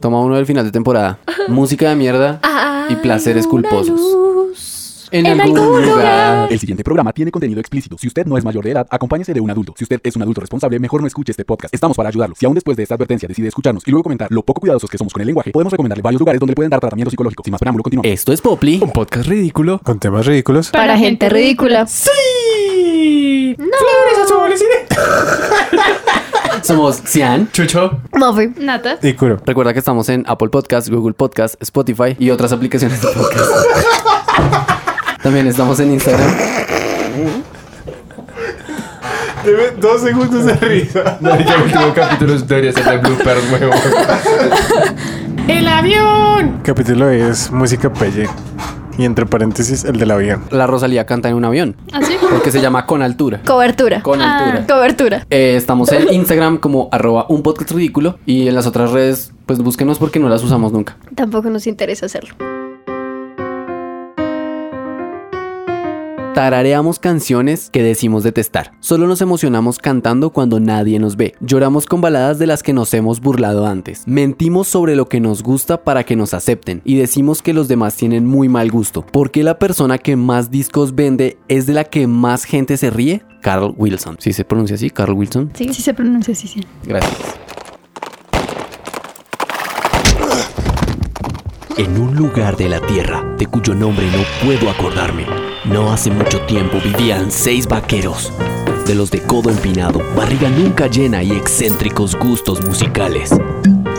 Toma uno del final de temporada. Música de mierda y placeres culposos. Ah, En, algún, lugar. El siguiente programa tiene contenido explícito. Si usted no es mayor de edad, acompáñese de un adulto. Si usted es un adulto responsable, mejor no escuche este podcast. Estamos para ayudarlo. Si aún después de esta advertencia decide escucharnos y luego comentar lo poco cuidadosos que somos con el lenguaje, podemos recomendarle varios lugares donde le pueden dar tratamiento psicológico. Sin más preámbulo, continuamos. Eh, Esto es Popli. Un podcast ridículo. Con temas ridículos. Para gente ridícula. ¡Sí! ¡Flores azules y de- Somos Cian. Chucho. Muffy. Nata. Y Kuro. Recuerda que estamos en Apple Podcast, Google Podcast, Spotify y otras aplicaciones de podcast. También estamos en Instagram. dos segundos de risa. Marica, el último capítulo debería ser de bloopers, nuevo. Capítulo es música pelle. Y entre paréntesis, el del avión. La Rosalía canta en un avión. ¿Así? Porque se llama Con Altura. Cobertura. Con Altura. Cobertura. Eh, estamos en Instagram como arroba un podcast ridículo y en las otras redes pues búsquenos porque no las usamos nunca. Tampoco nos interesa hacerlo. Tarareamos canciones que decimos detestar. Solo nos emocionamos cantando cuando nadie nos ve. Lloramos con baladas de las que nos hemos burlado antes. Mentimos sobre lo que nos gusta para que nos acepten. Y decimos que los demás tienen muy mal gusto. ¿Por qué la persona que más discos vende es de la que más gente se ríe? Carl Wilson. Si se pronuncia así, Carl Wilson. Sí, sí se pronuncia así, sí. Gracias. En un lugar de la Tierra, de cuyo nombre no puedo acordarme, no hace mucho tiempo vivían seis vaqueros, de los de codo empinado, barriga nunca llena y excéntricos gustos musicales,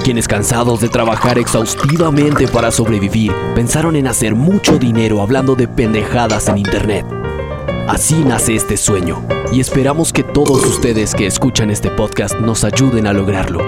quienes cansados de trabajar exhaustivamente para sobrevivir, pensaron en hacer mucho dinero hablando de pendejadas en Internet. Así nace este sueño, y esperamos que todos ustedes que escuchan este podcast nos ayuden a lograrlo.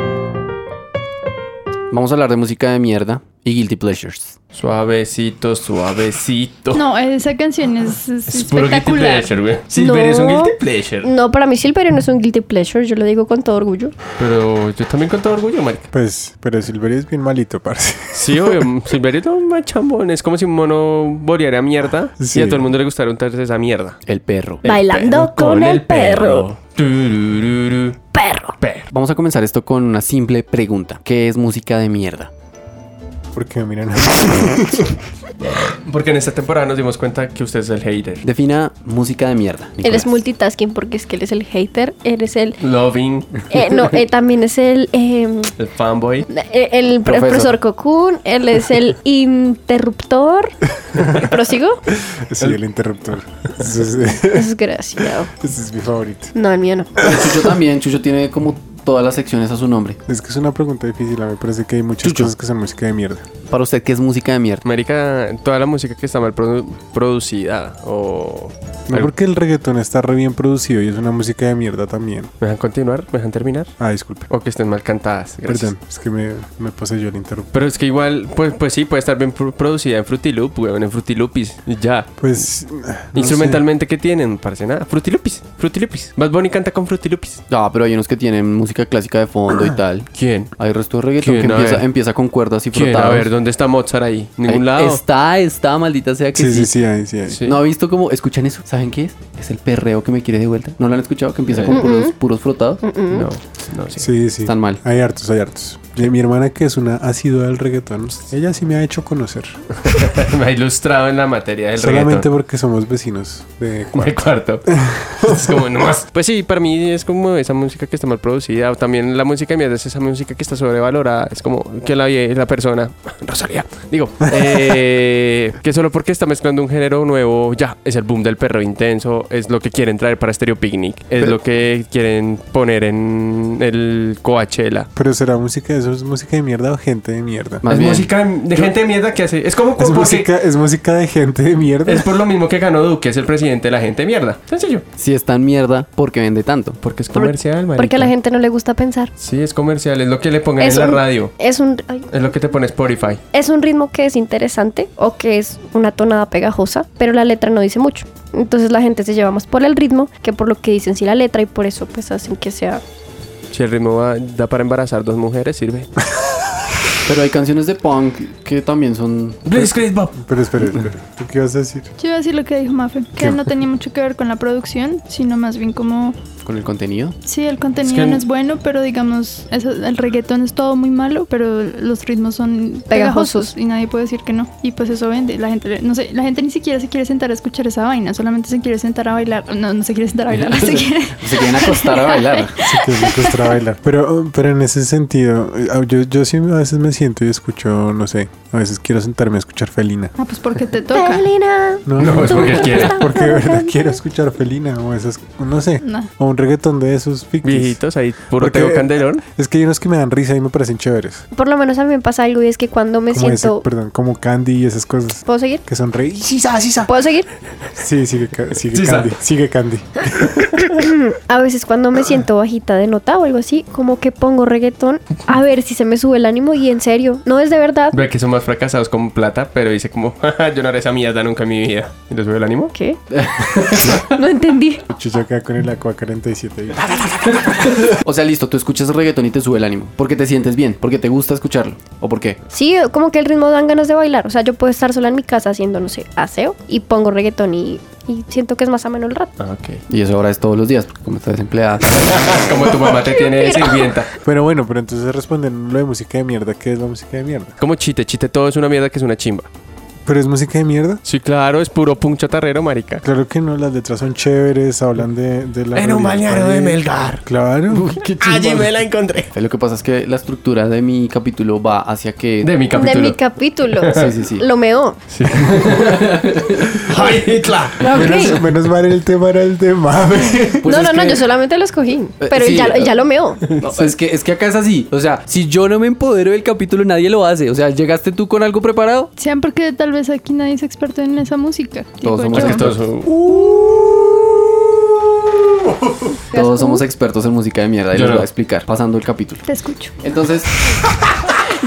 Vamos a hablar de música de mierda y guilty pleasures. Suavecito, suavecito. No, esa canción es, es Es puro guilty espectacular. pleasure, güey. Silver es un guilty pleasure. No, para mí Silverio no es un guilty pleasure, yo lo digo con todo orgullo. Pero yo también con todo orgullo, marica. Pues, pero Silverio es bien malito, parce. Sí, obvio. Silverio es un machambón. Es como si un mono boreara mierda Sí. y a todo el mundo le gustara untarse esa mierda. El perro. Bailando Pero con el perro. Turururu. Perro. Perro. Vamos a comenzar esto con una simple pregunta. ¿Qué es música de mierda? Porque me miran Porque en esta temporada nos dimos cuenta que usted es el hater. Defina música de mierda. Él es Nicolás. multitasking porque es que él es el hater, él es el... Loving, eh, no, eh, también es el... eh, el fanboy. eh, el pr- Profesor. profesor Cocoon, él es el interruptor. ¿Prosigo? Sí, el interruptor. Eso es, ese Desgraciado. es mi favorito. No, el mío no. Chucho también, Chucho tiene como todas las secciones a su nombre. Es que es una pregunta difícil. A mí me parece que hay muchas Chucho. cosas que son música de mierda. Para usted, ¿qué es música de mierda? América, toda la música que está mal produ- producida o... No porque el reggaetón está re bien producido y es una música de mierda también. ¿Me dejan continuar? ¿Me dejan terminar? Ah, disculpe. O que estén mal cantadas. Gracias. Perdón, es que me, me poseyó el interruptor. Pero es que igual, pues, pues sí, puede estar bien pro- producida en Frutilupis, weón, en Frutilupis. y Ya. Pues. no Instrumentalmente, ¿qué tienen? No Parece nada. Frutilupis, Frutilupis. Bad Bunny canta con Frutilupis. Ah, pero hay unos que tienen música clásica de fondo y tal. ¿Quién? Hay resto de reggaetón que ¿Quién? A empieza, ver. empieza con cuerdas y ¿Quién? frotados. A ver, ¿dónde está Mozart ahí? ¿Ningún Eh, lado? Está, está, maldita sea que sé. sí. Sí, sí, sí, ahí, sí. ahí. Sí. ¿No ha visto cómo escuchan eso? ¿Saben qué es? Es el perreo que me quiere de vuelta. ¿No lo han escuchado? Que empieza con puros, puros frotados. No, no, sí. Sí, sí. Están mal. Hay hartos, hay hartos. Y mi hermana, que es una asidua del reggaetón, ella sí me ha hecho conocer. Me ha ilustrado en la materia del Solamente reggaetón. porque somos vecinos de De cuarto. cuarto. es como nomás. Pues sí, para mí es como esa música que está mal producida. O también la música de mierda es esa música que está sobrevalorada. Es como que la, la persona. Rosalía. Digo, eh, que solo porque está mezclando un género nuevo, ya es el boom del perro intenso. Es lo que quieren traer para Stereo Picnic. Es lo que quieren poner en el Coachella. Pero será música, eso es música de mierda o gente de mierda. Más es bien. música de gente de mierda que hace. Es como Es porque- música, es música de gente de mierda. Es por lo mismo que ganó Duque, es el presidente de la gente de mierda. Sencillo. Si es tan mierda, ¿por qué vende tanto? Porque es Por- comercial, marica. Porque a la gente no le gusta pensar. Sí, es comercial, es lo que le pongan Es en la un- radio. Es un, ay, Es lo que te pone Spotify. es un ritmo que es interesante o que es una tonada pegajosa, pero la letra no dice mucho. Entonces la gente se lleva más por el ritmo que por lo que dicen sí la letra y por eso pues hacen que sea... Si el ritmo va- da para embarazar dos mujeres, sirve. Pero hay canciones de punk que también son... Pero espera, espera. ¿Tú qué vas a decir? Yo iba a decir lo que dijo Mafe, que no tenía mucho que ver con la producción, sino más bien como con el contenido. Sí, el contenido que- no es bueno, pero digamos, eso- el reggaetón es todo muy malo, pero los ritmos son Pegajosos. pegajosos y nadie puede decir que no. Y pues eso vende. La gente, no sé, la gente ni siquiera se quiere sentar a escuchar esa vaina, solamente se quiere sentar a bailar. No, no se quiere sentar a bailar, se quiere. Se quieren acostar a bailar. Sí, que es lo que es tra- bailar. Pero, pero en ese sentido, eh, yo, yo sí a veces me siento y escucho, no sé, a veces quiero sentarme a escuchar felina. Ah, pues porque te toca. Felina. No, No, es porque quiere. Porque de verdad quiero escuchar felina o esas, no sé, No. o un reggaetón de esos ficticios. Viejitos ahí, puro Porque- Teo Candelón. Es que hay unos que me dan risa y me parecen chéveres. Por lo menos a mí me pasa algo y es que cuando me Como ese, siento... perdón, como Candy y esas cosas. ¿Puedo seguir? Que sonreí. ¿Puedo seguir? Sí, sigue, Ca- sigue Sí, Candy. sa- Sigue Candy. A veces cuando Ah. me siento bajita de nota o algo así, como que pongo reggaetón a ver si se me sube el ánimo y en serio, no es de verdad. Ve que son más fracasados con plata, pero dice como, "Ja, ja, yo no haré esa mierda nunca en mi vida. ¿Y les veo el ánimo? ¿Qué? no entendí. Chucho acá con el Aqua 47. O sea, listo, tú escuchas reggaetón y te sube el ánimo. Porque te sientes bien, porque te gusta escucharlo. ¿O por qué? Sí, como que el ritmo dan ganas de bailar. O sea, yo puedo estar sola en mi casa haciendo, no sé, aseo y pongo reggaetón y, y siento que es más ameno el rato. Ah, ok. Y eso ahora es todos los días, porque como estás desempleada. Como tu mamá te tiene de sirvienta. Pero bueno, pero entonces responden lo de música de mierda. ¿Qué es la música de mierda? Como chite, chite, todo es una mierda que es una chimba. ¿Pero es música de mierda? Sí, claro, es puro punk chatarrero, marica. Claro que no, las letras son chéveres, hablan de, de la... Era un realidad balneario de país. Melgar. Claro. Allí me la encontré. Eh, Lo que pasa es que la estructura de mi capítulo va hacia que... De mi capítulo. De mi capítulo. Sí, sí, sí. Lo meó. ¡Ay, Hitler! Menos, menos mal el tema era el de mame. Pues es no, no, no, que- yo solamente lo escogí. Eh, Pero sí, ya, lo- eh. ya lo meó. No, es, que, es que acá es así. O sea, si yo no me empodero del capítulo, nadie lo hace. O sea, ¿llegaste tú con algo preparado? Sean porque tal vez aquí nadie es experto en esa música. digo somos yo. expertos. Todos somos expertos en música de mierda y Yo les no. voy a explicar pasando el capítulo. Te escucho. Entonces,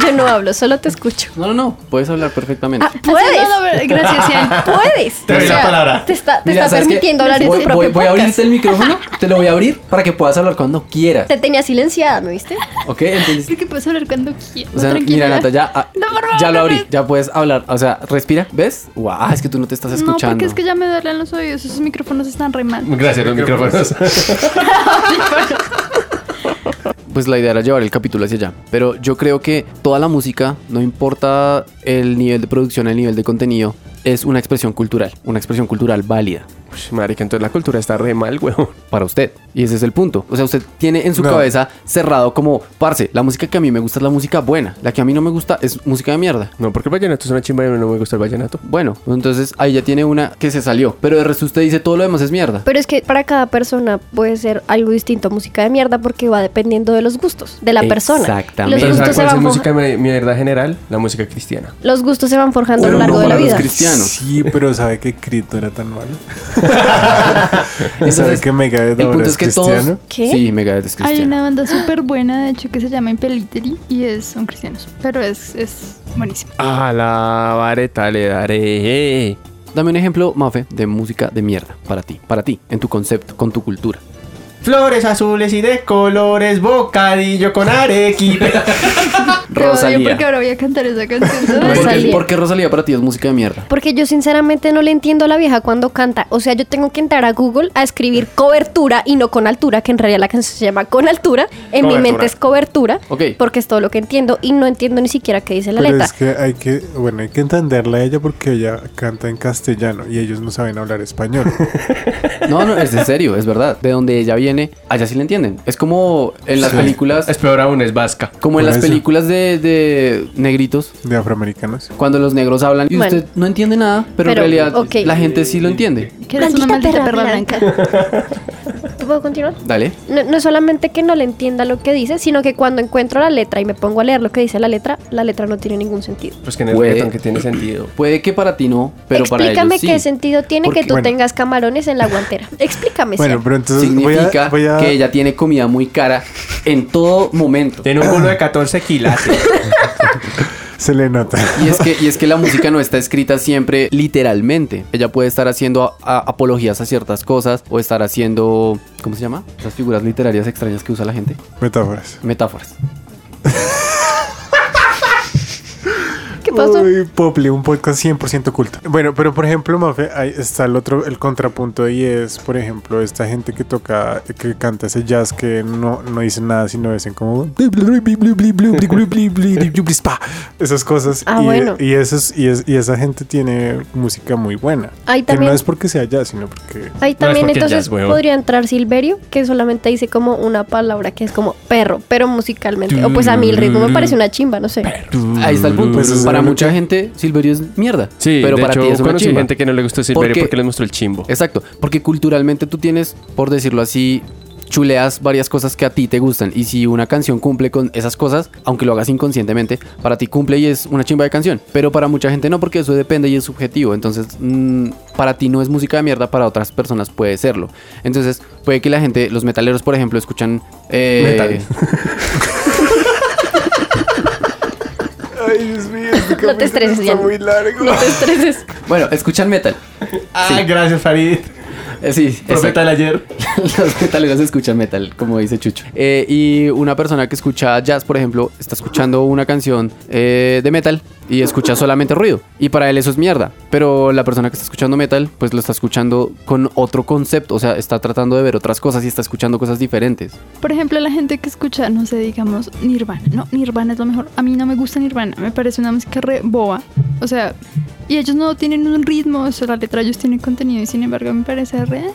Yo no hablo, solo te escucho. no, no, no, puedes hablar perfectamente. Ah, puedes. gracias, Ian. Puedes. Te doy la palabra. Te está, te Mira, está ¿sabes qué? permitiendo hablar en voy, tu propio voy- voy a podcast. abrirte el micrófono, te lo voy a abrir para que puedas hablar cuando quieras. Te tenía silenciada, ¿me viste? ¿Ok? Entonces, Porque puedes hablar cuando quieras. o sea, mira, Tranquila. Nata, ya, ah, No, por favor, ya lo no abrí, me- ya puedes hablar. O sea, respira, ¿ves? Guau, ah, es que tú no te estás No, escuchando. porque es que ya me duelen los oídos. Esos micrófonos están re mal. Gracias, los micrófonos. Pues la idea era llevar el capítulo hacia allá. Pero yo creo que toda la música, no importa el nivel de producción, el nivel de contenido, es una expresión cultural, una expresión cultural válida Uy, marica, entonces la cultura está re mal, weón. para usted. Y ese es el punto. O sea, usted tiene en su No. cabeza cerrado como, parce, la música que a mí me gusta es la música buena, la que a mí no me gusta es música de mierda. No, porque el vallenato es una chimba y a mí no me gusta el vallenato. Bueno, entonces ahí ya tiene una que se salió. Pero de resto usted dice todo lo demás es mierda. Pero es que para cada persona puede ser algo distinto música de mierda porque va dependiendo de los gustos de la persona. Exactamente. Los Pero Justo gustos, se ¿sabes van cuál es la forja- música de mierda general? La música cristiana. los gustos se van forjando a Pero lo largo no de la para los vida. cristianos. Sí, pero ¿sabe que Cristo era tan malo? ¿Y sabe Entonces, que Megadeth el ahora punto es es que cristiano? todos... ¿Qué? Sí, Megadeth es Hay cristiano. una banda súper buena, de hecho, que se llama Impeliteri y es, son cristianos, pero es, es buenísima. A la vareta le daré. Dame un ejemplo, Mafe, de música de mierda para ti, para ti, en tu concepto, con tu cultura. Flores azules y de colores, bocadillo con arequipe. Te odio Rosalía. porque ahora voy a cantar esa canción. ¿sabes? ¿Por qué, Rosalía. por qué Rosalía para ti es música de mierda? Porque yo sinceramente no le entiendo a la vieja cuando canta. O sea, yo tengo que entrar a Google a escribir cobertura y no con altura, que en realidad la canción se llama con altura. En mi Cobertura. mente es cobertura, Ok. porque es todo lo que entiendo y no entiendo ni siquiera qué dice la Pero letra. es que hay que, bueno, hay que entenderla a ella porque ella canta en castellano y ellos no saben hablar español. No, no, es en serio, es verdad. De donde ella viene, allá sí la entienden. Es como en las películas, Es peor aún, es vasca. como en Por las eso. películas de, de negritos, De afroamericanos. cuando los negros hablan y Bueno. usted no entiende nada, pero, en Pero, realidad ok. la gente sí lo entiende. Que eres Maldita una perra maldita perra blanca. blanca. ¿Tú puedo continuar? Dale. No, no es solamente que no le entienda lo que dice, sino que cuando encuentro la letra y me pongo a leer lo que dice la letra, la letra no tiene ningún sentido. Pues que en el Puede. reggaetón que tiene sentido. Puede que para ti no, pero para Explícame ellos sí. qué sentido tiene Porque- que tú bueno. tengas camarones en la guantera. Explícame. Bueno, Cian. pero entonces voy Significa a, voy a- que ella tiene comida muy cara en todo momento. Tiene un culo de 14 kilos. se le nota. Y es, que, y es que la música no está escrita siempre literalmente. Ella puede estar haciendo a- a- apologías a ciertas cosas o estar haciendo, ¿cómo se llama? Esas figuras literarias extrañas que usa la gente. Metáforas. Metáforas. ¿Qué pasó? Ay, Pople, un podcast 100% culto. Bueno, pero por ejemplo, Mafe, ahí está el otro, el contrapunto y es, por ejemplo, esta gente que toca, que canta ese jazz que no, no dice nada, sino dicen como... Esas cosas. Ah, y, bueno. y, esos, y, es- y esa gente tiene música muy buena. Ahí Que no también- es porque sea jazz, sino porque... Ahí No, es también porque entonces ya es huevo. podría entrar Silverio, que solamente dice como una palabra que es como perro, pero musicalmente. O pues a mí el ritmo me parece una chimba, no sé. Ahí está el punto. Pues eso para era lo mucha gente, Silverio es mierda. Sí, pero de para hecho, ti es una conocí chimba. gente que no le gustó Silverio Porque- Eh, porque, les mostró el chimbo. Exacto, porque culturalmente tú tienes, por decirlo así, chuleas varias cosas que a ti te gustan y si una canción cumple con esas cosas, aunque lo hagas inconscientemente, para ti cumple y es una chimba de canción, pero para mucha gente no porque eso depende y es subjetivo, entonces mm, para ti no es música de mierda, para otras personas puede serlo. Entonces puede que la gente, los metaleros por ejemplo, escuchan... eh, Metal. Ay, Dios mío, No te estreses, Jan. No te estreses. Bueno, escuchan metal. Ah, gracias, Farid. Eh, sí, exacto. del ayer. Los metaleros escuchan metal, como dice Chucho. Eh, y una persona que escucha jazz, por ejemplo, está escuchando una canción eh, de metal y escucha solamente ruido. Y para él eso es mierda. Pero la persona que está escuchando metal, pues lo está escuchando con otro concepto. O sea, está tratando de ver otras cosas y está escuchando cosas diferentes. Por ejemplo, la gente que escucha, no sé, digamos, Nirvana. No, Nirvana es lo mejor. A mí no me gusta Nirvana, me parece una música re boba. O sea, y ellos no tienen un ritmo, o sea, la letra ellos tienen contenido y sin embargo me parece re...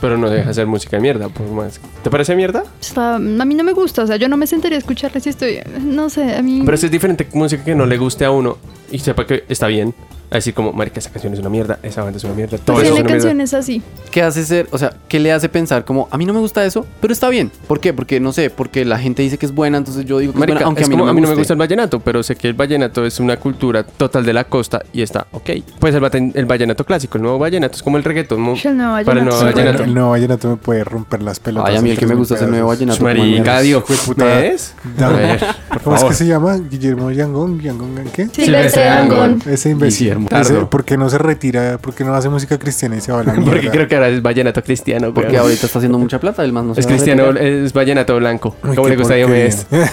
Pero no deja hacer música de mierda, por más. ¿Te parece mierda? o sea, a mí no me gusta, o sea, yo no me sentaría a escucharla si estoy... No sé, a mí... Pero si es diferente música que no le guste a uno y sepa que está bien. A decir como, marica, esa canción es una mierda, esa banda es una mierda, todo Pues eso tiene es una mierda. canciones así. ¿Qué hace ser, o sea, qué le hace pensar como, a mí no me gusta eso, pero está bien? ¿Por qué? Porque no sé, porque la gente dice que es buena, entonces yo digo que es Marica, buena, aunque es a mí como, no me, guste. gusta el vallenato, pero sé que el vallenato es una cultura total de la costa y está ok. Pues el, vaten- el vallenato clásico, el nuevo vallenato, es como el reggaetón. mo- Yo no, Para el nuevo No, vallenato. vallenato. No, vallenato me puede romper las pelotas. Ay, a mí el que me gusta es el nuevo vallenato. como Marica, mierda. Dios, puta es? Da- A ver, ¿Cómo es favor. que se llama? Guillermo Yangón. ¿Yangón Yang- qué? Silvestre Dangond. Ese imbécil. Guillermo. Ese, Tardo. ¿Por qué no se retira? ¿Por qué no hace música cristiana y se va a la mierda? Porque creo que ahora es vallenato cristiano. Porque weón. ahorita está haciendo mucha plata, el más no se es va a cristiano, retirar. es vallenato blanco. Uy, como qué le gusta a Diomedes. porquería.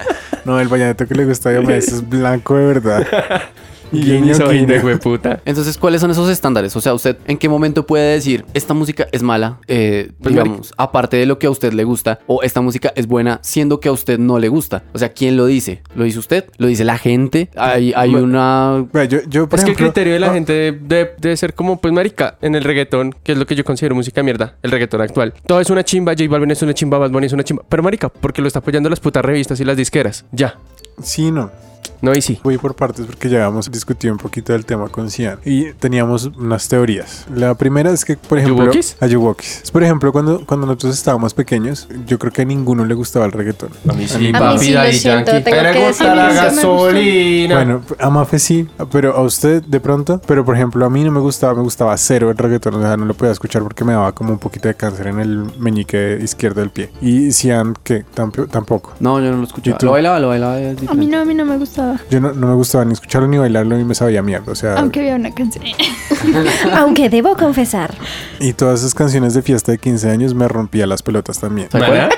no, el vallenato que le gusta a Diomedes es blanco de verdad. Guiño, guiño. guiño, hueputa. Entonces, ¿cuáles son esos estándares? O sea, usted en qué momento puede decir esta música es mala, eh, Pues, digamos, aparte de lo que a usted le gusta, o esta música es buena, siendo que a usted no le gusta. O sea, ¿quién lo dice? ¿Lo dice usted? ¿Lo dice la gente? Hay, hay Bueno. una. Vea, yo, yo, por Es que el ejemplo, criterio de la ah, gente debe, debe ser como, pues, marica, en el reggaetón, que es lo que yo considero música mierda, el reggaetón actual. Todo es una chimba, J Balvin es una chimba, Bad Bunny es una chimba. Pero, marica, porque lo está apoyando las putas revistas y las disqueras. Ya. Sí, no. No, y sí. Voy por partes porque ya habíamos discutido un poquito del tema con Cian y teníamos unas teorías. La primera es que, por ejemplo, ¿Yuwokis? a Yuwokis. Por ejemplo, cuando, cuando nosotros estábamos pequeños, yo creo que a ninguno le gustaba el reggaetón. A mí sí, A mí sí lo siento, tengo que decir. la gasolina. gasolina. Bueno, a Mafe sí, pero a usted de pronto. Pero por ejemplo, a mí no me gustaba, me gustaba cero el reggaetón. O sea, no lo podía escuchar porque me daba como un poquito de cáncer en el meñique izquierdo del pie. Y Cian, que tampo- tampoco. No, yo no lo escucho. ¿Y tú? Lo bailaba, lo bailaba. es A mí diferente. no, a mí no me gustaba. Yo no, no me gustaba ni escucharlo ni bailarlo y me sabía mierda. O sea, Aunque había una canción. Aunque debo confesar. y todas esas canciones de fiesta de 15 años me rompía las pelotas también. ¿Se acuerda?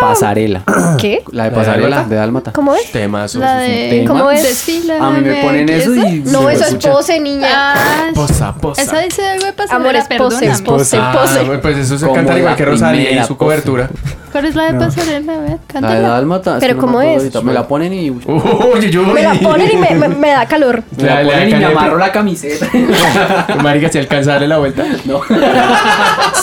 Pasarela. ¿Qué? La de ¿La de pasarela Dálmata? de Dálmata. ¿Cómo es? Temas. La es un de... tema. ¿Cómo es? Desfila. A mí me ponen eso y. No, se eso es escucha. pose, niña. Ah, Posa, posa. esa dice algo de pasarela, Amor, es pose, perdóname. es pose, Ah, pose. pues eso se Como canta igual la que Rosalía y primera su pose. cobertura. ¿Cuál es la de No. pasarela? A ver, La de cántala. Dálmata. Pero que ¿cómo me acuerdo es? ahorita. Me la ponen y. Uy, yo Me la ponen y me, me- me da calor. Me la La- la ponen y me caneta. amarro la camiseta. Marica, si alcanza a darle la vuelta. No.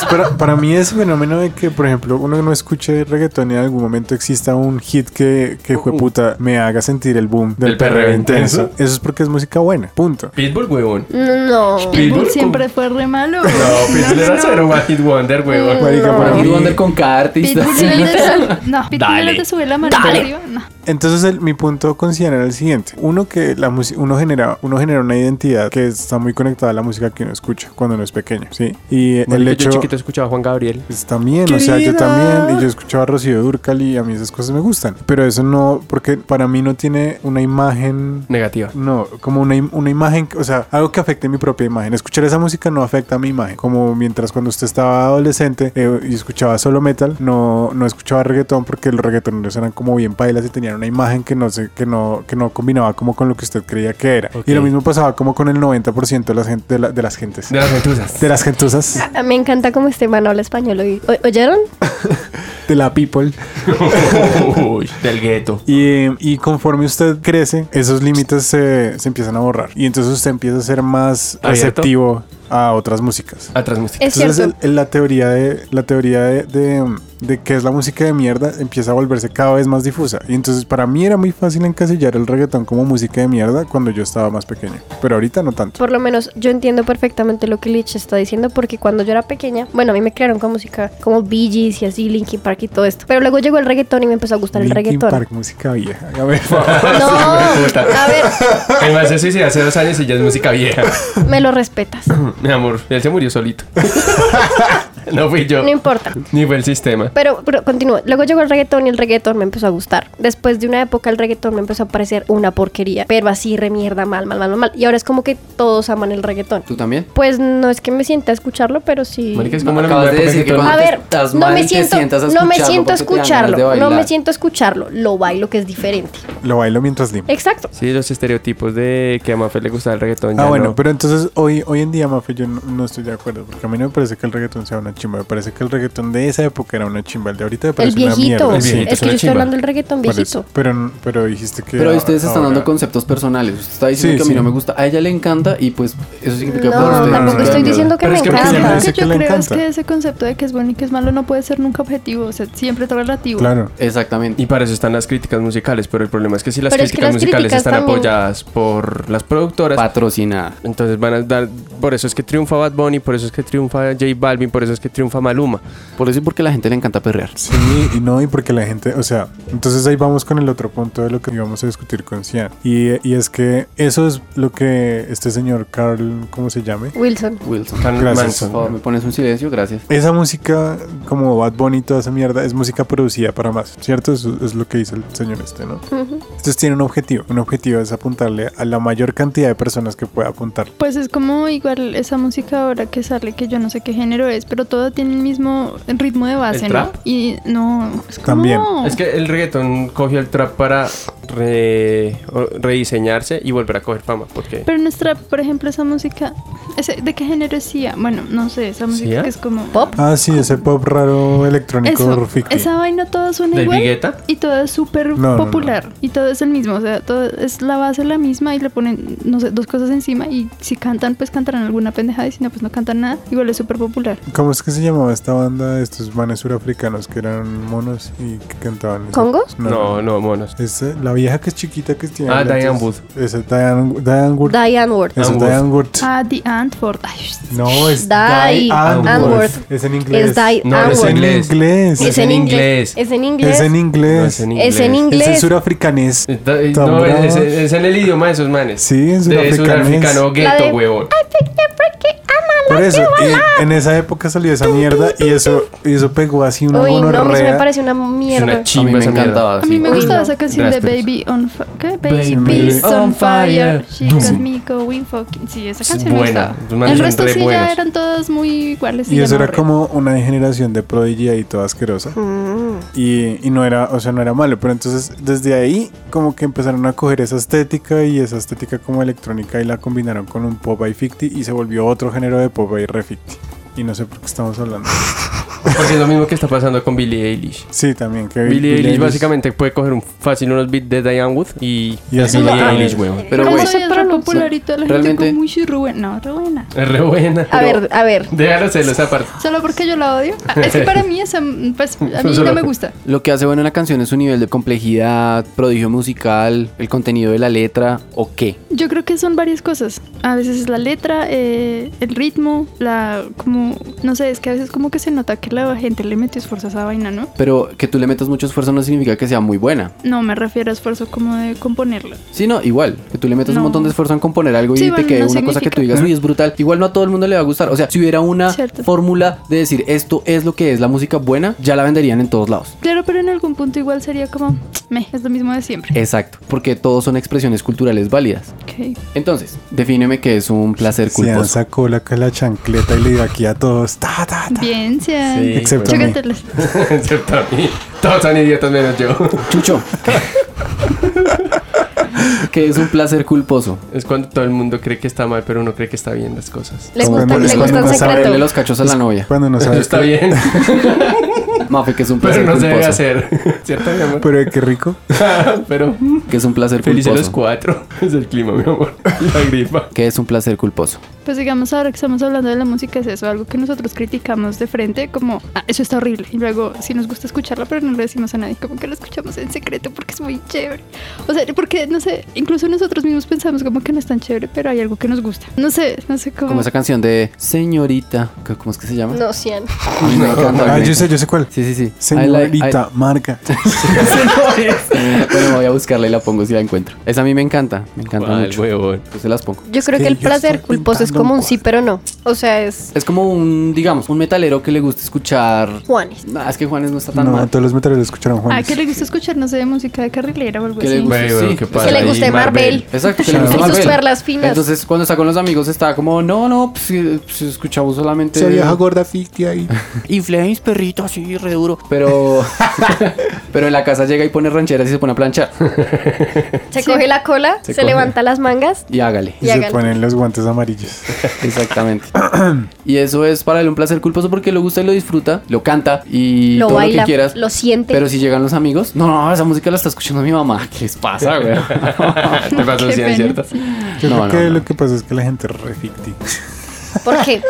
Para, para mí es fenómeno de que, por ejemplo, uno no escuche reggaetón y en algún momento exista un hit que, que jueputa, me haga sentir el boom del Uh, Del perreo perreo intenso. Eso es porque es música buena, punto. Pitbull, huevón. No. Pitbull Pitbull siempre fue re malo. No, Pitbull era no. cero One Hit Wonder, huevón. Marica, para Y mí- Wonder con cada artista. Pitbull era el de- no, Pitbull era el de subir la mano para arriba. No. Entonces el- mi punto con Cian era el siguiente. Uno que la musi- uno genera, uno genera una identidad que está muy conectada a la música que uno escucha cuando uno es pequeño, ¿sí? Y el Marica, hecho Yo chiquito escuchaba a Juan Gabriel. Pues también, o sea, yo también. Y yo escuchaba a Rocío Durcal y a mí esas cosas me gustan. Pero eso no, porque para mí no tiene una imagen. Negativa. No, como una, im- una imagen, o sea, algo que afecte mi propia imagen. Escuchar esa música no afecta a mi imagen. Como mientras cuando usted estaba adolescente eh, y escuchaba solo metal, no, no escuchaba reggaetón porque los reggaetoneros eran como bien bailas y tenían una imagen que no, se, que no, que no combinaba como con lo que usted creía que era. Ok. Y lo mismo pasaba como con el 90% de, la gente, de, la- de las gentes. De las ventusas. De las gentuzas, Me encanta cómo este man habla español. ¿oí- o- ¿Oyeron? de la people. Uy, del gueto. Y, eh, y conforme usted crece, esos límites se, se empiezan a borrar. Y entonces usted empieza a ser más ¿Abierto? receptivo a otras músicas. Atrás música. Es Entonces cierto. el- el- la teoría de la teoría de, de, de qué es la música de mierda empieza a volverse cada vez más difusa. Y entonces para mí era muy fácil encasillar el reggaetón como música de mierda cuando yo estaba más pequeño. Pero ahorita no tanto. Por lo menos yo entiendo perfectamente lo que Lich está diciendo porque cuando yo era pequeña, bueno, a mí me crearon con música como Bee Gees y así, Linkin Park y todo esto. Pero luego llegó el reggaetón y me empezó a gustar el Linkin reggaetón. Park, música vieja. A ver, No, puta. a ver, Además, se suicidó hace dos años y ya es música vieja. me lo respetas. Mi amor, él se murió solito. No fui yo. No importa. Ni fue el sistema. Pero, pero continúo. Luego llegó el reggaetón y el reggaetón me empezó a gustar. Después de una época el reggaetón me empezó a parecer una porquería. Pero así remierda mal, mal, mal, mal, mal. Y ahora es como que todos aman el reggaetón. ¿Tú también? Pues no es que me sienta a escucharlo, pero sí. Marica, es como la Acabas de misma época decir que que todo el A cuando- mundo. ver, estás no mal, me te siento, sientas a no escucharlo me siento porque te dan a ganas de escucharlo, no me bailar. siento a escucharlo, lo bailo que es diferente. lo bailo mientras limpio. Exacto. Sí, los estereotipos de que a Mafe le gusta el reggaetón. Ah, ya bueno, no. pero entonces hoy, hoy en día, Mafe, yo no, no estoy de acuerdo. Porque a mí no me parece que el reggaetón sea una chimba. Me parece que el reggaetón de esa época era una chimba. El de ahorita me El parece viejito. una mierda. El viejito Es es que una yo estoy chimba. hablando del reggaetón Por viejito. eso. Pero, pero dijiste que. Pero a- ustedes están ahora- dando conceptos personales. Usted está diciendo Sí, que a mí no sí. me gusta. A ella le encanta y pues eso significa para No, usted. tampoco no, estoy no. diciendo que Pero me es que porque Lo Ella encanta. dice que que yo le creo Ah, es encanta. que ese concepto de que es bueno y que es malo no puede ser nunca objetivo, o sea, siempre es relativo. Claro. Exactamente. Y para eso están las críticas musicales, pero el problema es que si las Pero es que críticas las musicales críticas están también- apoyadas por las productoras, Patrocinada. entonces van a dar. Por eso es que triunfa Bad Bunny, por eso es que triunfa J Balvin, por eso es que triunfa Maluma. Por eso y porque a la gente le encanta perrear. Sí, y no, y porque la gente, o sea, entonces ahí vamos con el otro punto de lo que íbamos a discutir con Cian. Y, y es que eso es lo que este señor Carl, ¿cómo se llame? Wilson. Wilson. Tan Gracias. Por manso. favor, me pones un silencio, gracias. Esa música, como Bad Bunny y toda esa mierda, es música producida para más, ¿cierto? Eso es lo que dice el señor este, ¿no? Ujú. Entonces tiene un objetivo. Un objetivo es apuntarle a la mayor cantidad de personas que pueda apuntar. Pues es como igual esa música ahora que sale, que yo no sé qué género es, pero todo tiene el mismo ritmo de base, ¿El ¿no? trap? Y no, es como... También. Es que el reggaetón cogió el trap para re- o- rediseñarse y volver a coger fama, porque Pero nuestra, por ejemplo, esa música, ese- ¿de qué género es Sia? Bueno, no sé, esa música ¿Sia? que es como... Pop. Ah, sí, ese pop raro electrónico Eso, Ah, ficti. esa vaina toda suena del igual Vigueta. y todo es súper No, no, popular y todo es el mismo, o sea, todo es la base la misma y le ponen, no sé, dos cosas encima y si cantan, pues cantarán alguna pendejada y si no, pues no cantan nada, igual es súper popular. ¿Cómo es que se llamaba esta banda de estos manes surafricanos que eran monos y que cantaban? eso? ¿Congos? No, no, monos. Es eh, la vieja que es chiquita que tiene. Ah, lentes. Diane Wood. Esa es eh, Diane, Diane Wood. Diane Ward. Esa es Wood. Diane Wood. Ah, The Antford. Ay, No, es Diane Wood. Wood. Es en inglés. Es Diane No, Ward. es Es en inglés. inglés. Es en inglés. Es en inglés. Es en No, inglés. Es en Es en inglés. surafricanés. Está- y- Tan Eh, No, bravos. es, eh, es- es en el idioma de esos manes. Sí, en De surafricano surafricanés. gueto, La de- huevón. Por eso. y en esa época salió esa mierda y eso, y eso pegó así una Uy, no, a mí eso me gonorrea. parece una Es mierda. una A mí chimba me esa mierda. encantaba. A mí sí. me Uy, gustaba no. esa canción de Gracias. Baby on Fire. ¿Qué? Baby Baby, on Fire. She got Boom. me going fucking. Sí, esa Es canción me buena. gustaba. Los manes El son resto re sí buenos. ya eran todos muy iguales. Y ya eso me era aburría. como una generación de Prodigy ahí toda asquerosa. Mm. Y, y no era, o sea, no era malo. Pero entonces desde ahí como que empezaron a coger esa estética y esa estética como electrónica y la combinaron con un pop by 50 y se volvió otro género de pop by re 50. Y no sé por qué estamos hablando. Porque es lo mismo que está pasando con Billie Eilish. Sí, también que Billie Eilish básicamente puede coger un fácil unos beats de Diane Wood y, Y es así Billie la- Eilish, huevón. Pero, Como güey, soy se re pronuncia. popular y toda la Realmente- gente como muy sí, re buena. No, re buena. Es re buena. A ver, a ver. Déjalo celos aparte. Solo porque yo la odio. Ah, Es que para mí esa, pues, a mí Solo- no me gusta. Lo que hace bueno una canción es su nivel de complejidad, prodigio musical, el contenido de la letra o qué. Yo creo que son varias cosas. A veces es la letra, eh, el ritmo, la como no sé, es que a veces como que se nota que la gente le mete esfuerzo a esa vaina, ¿no? Pero que tú le metas mucho esfuerzo no significa que sea muy buena. No, me refiero a esfuerzo como de componerla. Sino igual, que tú le metas No. un montón de esfuerzo en componer algo y Sí, te bueno, quede no una cosa que significa. tú digas, uy, es brutal. Igual no a todo el mundo le va a gustar. O sea, si hubiera una Cierto. fórmula de decir esto es lo que es la música buena, ya la venderían en todos lados. Claro, pero en algún punto igual sería como, me, es lo mismo de siempre. Exacto, porque todos son expresiones culturales válidas. Ok. Entonces, defíneme que es un placer Se han culposo. sacó la, la chancleta y le dio aquí a todos. Ta, ta, ta. Bien, Sean. Sí. Excepto a mí. Chócatelas. Excepto a mí. Todos son idiotas menos yo. Chucho, que es un placer culposo. Es cuando todo el mundo cree que está mal, pero uno cree que está bien las cosas. Le Como gusta, cuando- le es gusta cuando en uno sabe secreto. Verle los cachos a la novia. Cuando no Eso sabes está qué- bien, Mafe, que es un pero placer no se debe culposo. hacer. ¿Cierto, mi amor? Pero qué rico. pero Que es un placer felices los culposo. cuatro. Es el clima, mi amor. La gripa. Que es un placer culposo. Pues digamos, ahora que estamos hablando de la música, es eso, algo que nosotros criticamos de frente, como, ah, eso está horrible. Y luego, si nos gusta escucharla, pero no le decimos a nadie, como que la escuchamos en secreto porque es muy chévere. O sea, porque, no sé, incluso nosotros mismos pensamos como que no es tan chévere, pero hay algo que nos gusta. No sé, no sé cómo. Como esa canción de Señorita. que- ¿Cómo es que se llama? No, Cian. A mí me encanta, Ah, me yo sé, yo sé cuál. Sí, sí, sí. I like- I- Señorita, marca. bueno, voy a buscarla y la pongo si la encuentro. Esa a mí me encanta. Me encanta Al mucho. huevón. Yo se las pongo. Yo creo que que el yo placer estoy culposo es pintando un como un sí, pero no. O sea, es Es como un, digamos, un metalero que le gusta escuchar. Juanes. Nah, es que Juanes no está tan No, mal. todos los metaleros escucharon Ah, Juan. que le gusta escuchar, no sé, música de carrilera o algo Que le así. gusta- Güey, weón, Sí. Que ¿qué pasa le ahí? guste Marvel. Exacto, que le gusta Y sus Marvel. perlas finas. Entonces, cuando está con los amigos, está como, no, no, pues, eh, pues, escuchamos solamente. Se vieja gorda fictia ahí. Inflé a mis perritos, sí, re duro. Pero. pero en la casa llega y pone rancheras y se pone a planchar. se coge la cola, se, coge. levanta las mangas. Y hágale. Y Y se hágale. ponen los guantes amarillos. Exactamente. y eso es para él un placer culposo porque lo gusta y lo disfruta, lo canta y lo todo lo baila, que quieras. lo siente. Pero si llegan los amigos, no, no, esa música la está escuchando mi mamá. ¿Qué les pasa, güey? Ah, Te pasó Qué así, pena, ¿cierto? sí. Yo No, creo no, que no. lo que pasa es que la gente es re ficti. ¿Por qué?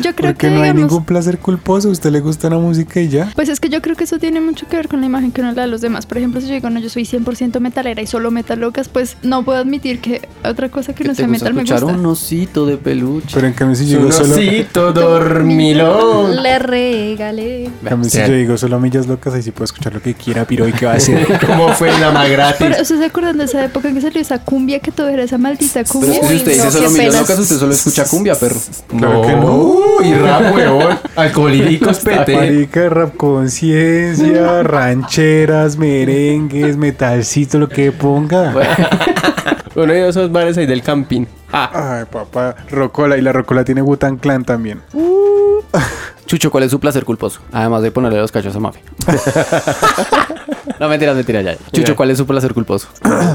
Yo creo Porque que, no hay digamos, ningún placer culposo. A usted le gusta la música y ya. Pues es que yo creo que eso tiene mucho que ver con la imagen que uno le da a los demás. Por ejemplo, si yo digo, no, yo soy 100% metalera y solo metalocas, pues no puedo admitir que otra cosa que ¿Qué no te sea gusta metal me escuchar gusta. un osito de peluche. Pero en cambio, si yo digo Un solo. osito dormilón. Le regalé. en cambio, si Vean. yo digo solo millas locas, ahí sí puedo escuchar lo que quiera, piro y qué va a hacer. ¿Cómo fue la más Pero gratis? ¿ustedes se acuerdan de esa época en que salió esa cumbia que todo era esa maldita Pero cumbia? es que si Uy, usted no, dice solo qué millas pena. locas, usted solo escucha cumbia, perro. Claro que no. Y rap, weón. Alcoholíricos, pete. Marica, rap conciencia, rancheras, merengues, metalcito, lo que ponga. Uno de esos bares ahí del camping. Ah, Ay, papá, Rocola. Y la Rocola tiene Butan Clan también. Chucho, ¿cuál es su placer culposo? Además de ponerle los cachos a Mafe. no, mentira, mentira, ya. ya. Chucho, ¿cuál es su placer culposo?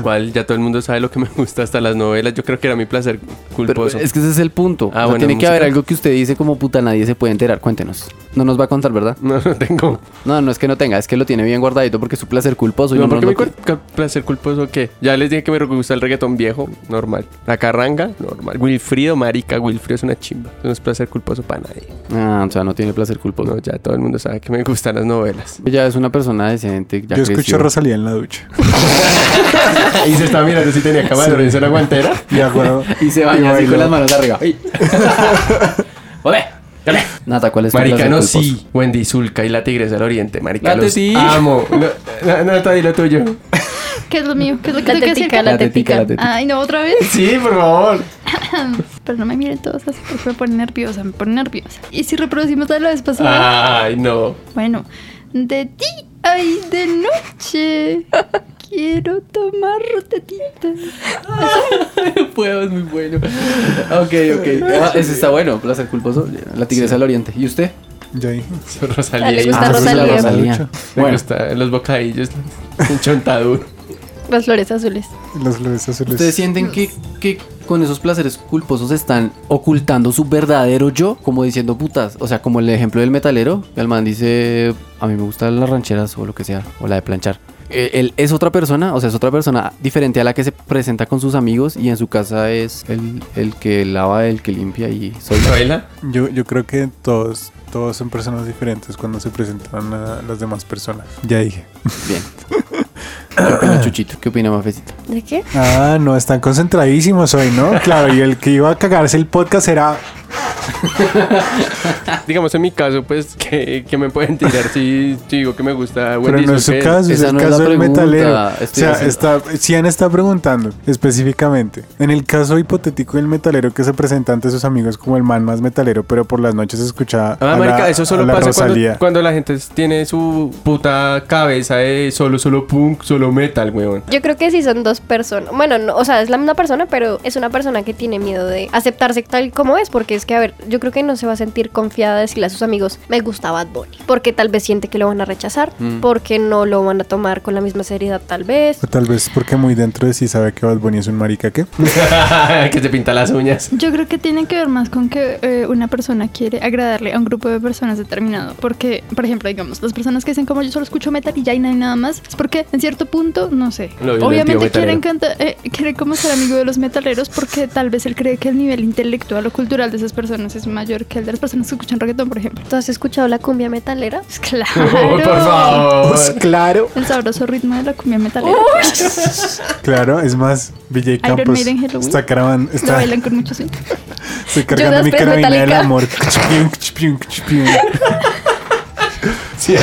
cual ya todo el mundo sabe lo que me gusta hasta las novelas. Yo creo que era mi placer Pero culposo. es que ese es el punto. Ah, O sea, bueno, tiene que haber música. algo que usted dice como puta, nadie se puede enterar. Cuéntenos. No nos va a contar, ¿verdad? No, no tengo. No, no es que no tenga, es que lo tiene bien guardadito porque es su placer culposo. y no, uno porque no- mi cual- cual placer culposo que ya les dije que me gusta el reggaetón viejo, normal. La carranga, normal. Wilfrido, marica, Wilfrido es una chimba. No es placer culposo para nadie. Ah, o sea, no tiene placer culposo. No, ya todo el mundo sabe que me gustan las novelas. Ya es una persona decente. Ya Yo escucho creció. a Rosalía en la ducha. y se está mirando si tenía cámara, Sí. hizo la guantera. Y hago- Y se baña así bailo. con las manos arriba. ¡Ay! ¡Olé! ¡Olé! Nata, ¿cuál es tu placer Maricano culposo? sí, Wendy Zulka y la Tigresa del Oriente, marica, La los teti. amo. No, no, no, lo tuyo. ¿Qué es lo mío? ¿Qué es lo que La tengo que decir? tetica, la La tetica, tetica. la tetica. Ay, no, otra vez. Sí, por favor. Pero no me miren todos así porque me pone nerviosa, me pone nerviosa. ¿Y si reproducimos toda la vez pasada? Ay, no. Bueno, de ti, ay, de noche. Quiero tomar tetita. puedo, es muy bueno. Ok, ok. Ah, ese está bueno, placer culposo. La tigresa del oriente. ¿Y usted? Ya dije. Rosalía. Le y- gusta Ah, pues, Rosalía. la Me Bueno, gusta los bocadillos, el chontaduro. Las flores azules. Las flores azules. ¿ustedes sienten que, que con esos placeres culposos están ocultando su verdadero yo? Como diciendo putas. O sea, como el ejemplo del metalero. El man dice, a mí me gustan las rancheras o lo que sea, o la de planchar. Eh, Él es otra persona, o sea, es otra persona diferente a la que se presenta con sus amigos y en su casa es el, el que lava, el que limpia y soy yo. ¿Baila? Yo, yo creo que todos, todos son personas diferentes cuando se presentan a las demás personas. Ya dije. Bien. ¿Qué opina Chuchito? ¿Qué opina Mafecita? ¿De qué? Ah, no, están concentradísimos hoy, ¿no? Claro, y el que iba a cagarse el podcast era... Ah, Digamos en mi caso, pues, que, que me pueden tirar si si digo que me gusta Pero Wendy no es su Zulka. caso, es esa el no es la caso del pregunta, metalero. O estoy sea, haciendo- está, Cian está preguntando específicamente. En el caso hipotético del metalero que se presenta ante sus amigos como el man más metalero, pero por las noches escucha Ah, a marica, la, eso a solo la pasa Rosalía. cuando, cuando la gente tiene su puta cabeza de solo, solo punk, solo metal, weón. Yo creo que sí son dos personas. Bueno, no, o sea, es la misma persona, pero es una persona que tiene miedo de aceptarse tal como es, porque es que, a ver, yo creo que no se va a sentir confiada de decirle a sus amigos, me gusta Bad Bunny, porque tal vez siente que lo van a rechazar, Mm. porque no lo van a tomar con la misma seriedad tal vez. O tal vez porque muy dentro de sí sabe que Bad Bunny es un marica que. que se pinta las uñas. Yo creo que tiene que ver más con que eh, una persona quiere agradarle a un grupo de personas determinado. Porque, por ejemplo, digamos, las personas que dicen como yo solo escucho metal y ya y no hay nada más, es porque en cierto punto, no sé, Lo violento obviamente metalero. quieren, canta- eh, quieren como ser amigo de los metaleros porque tal vez él cree que el nivel intelectual o cultural de esas personas es mayor que el de las personas que escuchan reggaetón, por ejemplo. ¿Tú has escuchado la cumbia metalera? Pues, claro. Uy, por favor. claro. El sabroso ritmo de la cumbia metalera. Claro, es más, BJ Iron Campos Maiden, Halloween. está caravan, Lo está bailan con mucho swing. estoy cargando Judas mi Priest carabina del Metallica. amor. Chpiun, chpiun, chpiun. Sí,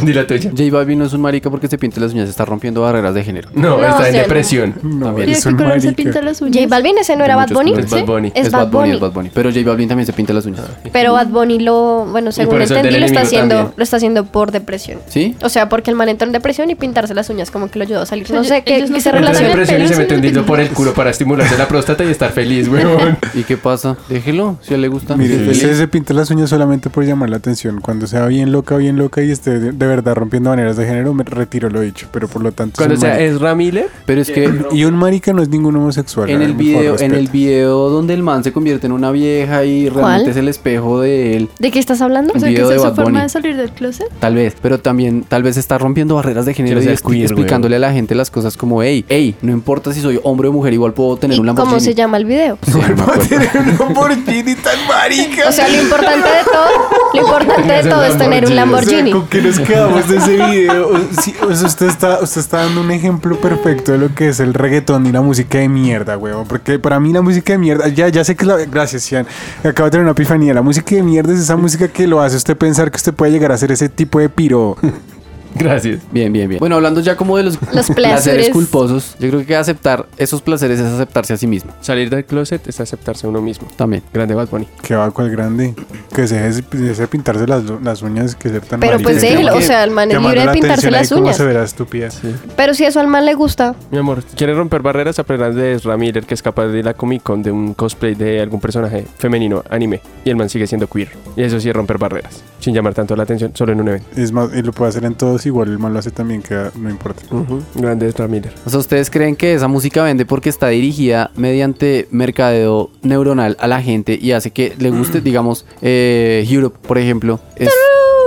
di la tuya. J Balvin no es un marica porque se pinta las uñas, está rompiendo barreras de género. No, No, está o en sea, depresión. No, También. ¿Y de eres qué un este color se marica. pinta las uñas? J Balvin ese no era De Bad muchos Bunny. colores. Es Bad Bunny. Es Bad Bunny. es Bad Bunny. Pero J Balvin también se pinta las uñas. Pero Bad Bunny lo, bueno, según por eso el entendí, del lo está, enemigo haciendo, también. lo está haciendo por depresión. ¿Sí? O sea, porque el man entró en depresión y pintarse las uñas como que lo ayudó a salir. No Ellos- sé qué, ellos no qué se se Entra en relaciona. relacionan. depresión y se mete un Pero dildo son por el culo para estimularse la próstata y estar feliz, weón. ¿Y qué pasa? Déjelo, si a él le gusta. Mire, Sí. ese se pinta las uñas solamente por llamar la atención. Cuando sea bien loca, bien loca y esté de, de verdad rompiendo maneras de género, me retiro lo dicho. Pero por lo tanto. es Cuando un sea marica. Ezra Miller, Pero es que Y un marica no es ningún homosexual. en a el ver, por video, en el respeto. video donde el man se convierte en una vieja y realmente ¿Cuál? es el espejo de él. ¿De qué estás hablando? O sea, que video esa es de su Bad Bunny. forma de salir del closet. Tal vez, pero también tal vez está rompiendo barreras de género Quiero y ser expli- queer, explicándole a la gente las cosas como, hey, hey, no importa si soy hombre o mujer, igual puedo tener ¿Y un Lamborghini. cómo se llama el video? Sí, no me acuerdo. O sea, lo importante de todo, lo importante de todo es tener un Lamborghini. ¿Con qué nos quedamos de ese video? O- sí, o sea, usted, está, usted está dando un ejemplo perfecto de lo que es el reggaetón y la música de mierda, huevón. Porque para mí la música de mierda, ya, ya sé que es la... Gracias, Sian. Acabo de tener una epifanía. La música de mierda es esa música que lo hace usted pensar que usted puede llegar a ser ese tipo de piro. gracias. Bien, bien, bien. Bueno, hablando ya como de los, Los placeres placeres. culposos, yo creo que aceptar esos placeres es aceptarse a sí mismo. Salir del closet es aceptarse a uno mismo. También. Grande Bad Bunny. que va con el grande. Que se deje, se deje pintarse las, las uñas, que ser tan Pero pues marica. déjelo, o sea, el man es Llamando libre de la pintarse atención ahí las como uñas. se verá estúpida. Pero si eso al man le gusta, Mi amor, ¿quieres romper barreras? Aprendas de Ezra Miller, que es capaz de ir a Comic Con de un cosplay de algún personaje femenino, anime. Y el man sigue siendo queer. Y eso sí es romper barreras. Sin llamar tanto la atención, solo en un evento. Es más, y lo puede hacer en todos igual, el mal lo hace también, que no importa. Mm. Grande Ezra Miller. O sea, ¿ustedes creen que esa música vende porque está dirigida mediante mercadeo neuronal a la gente y hace que le guste, digamos, eh, Europe, por ejemplo? es-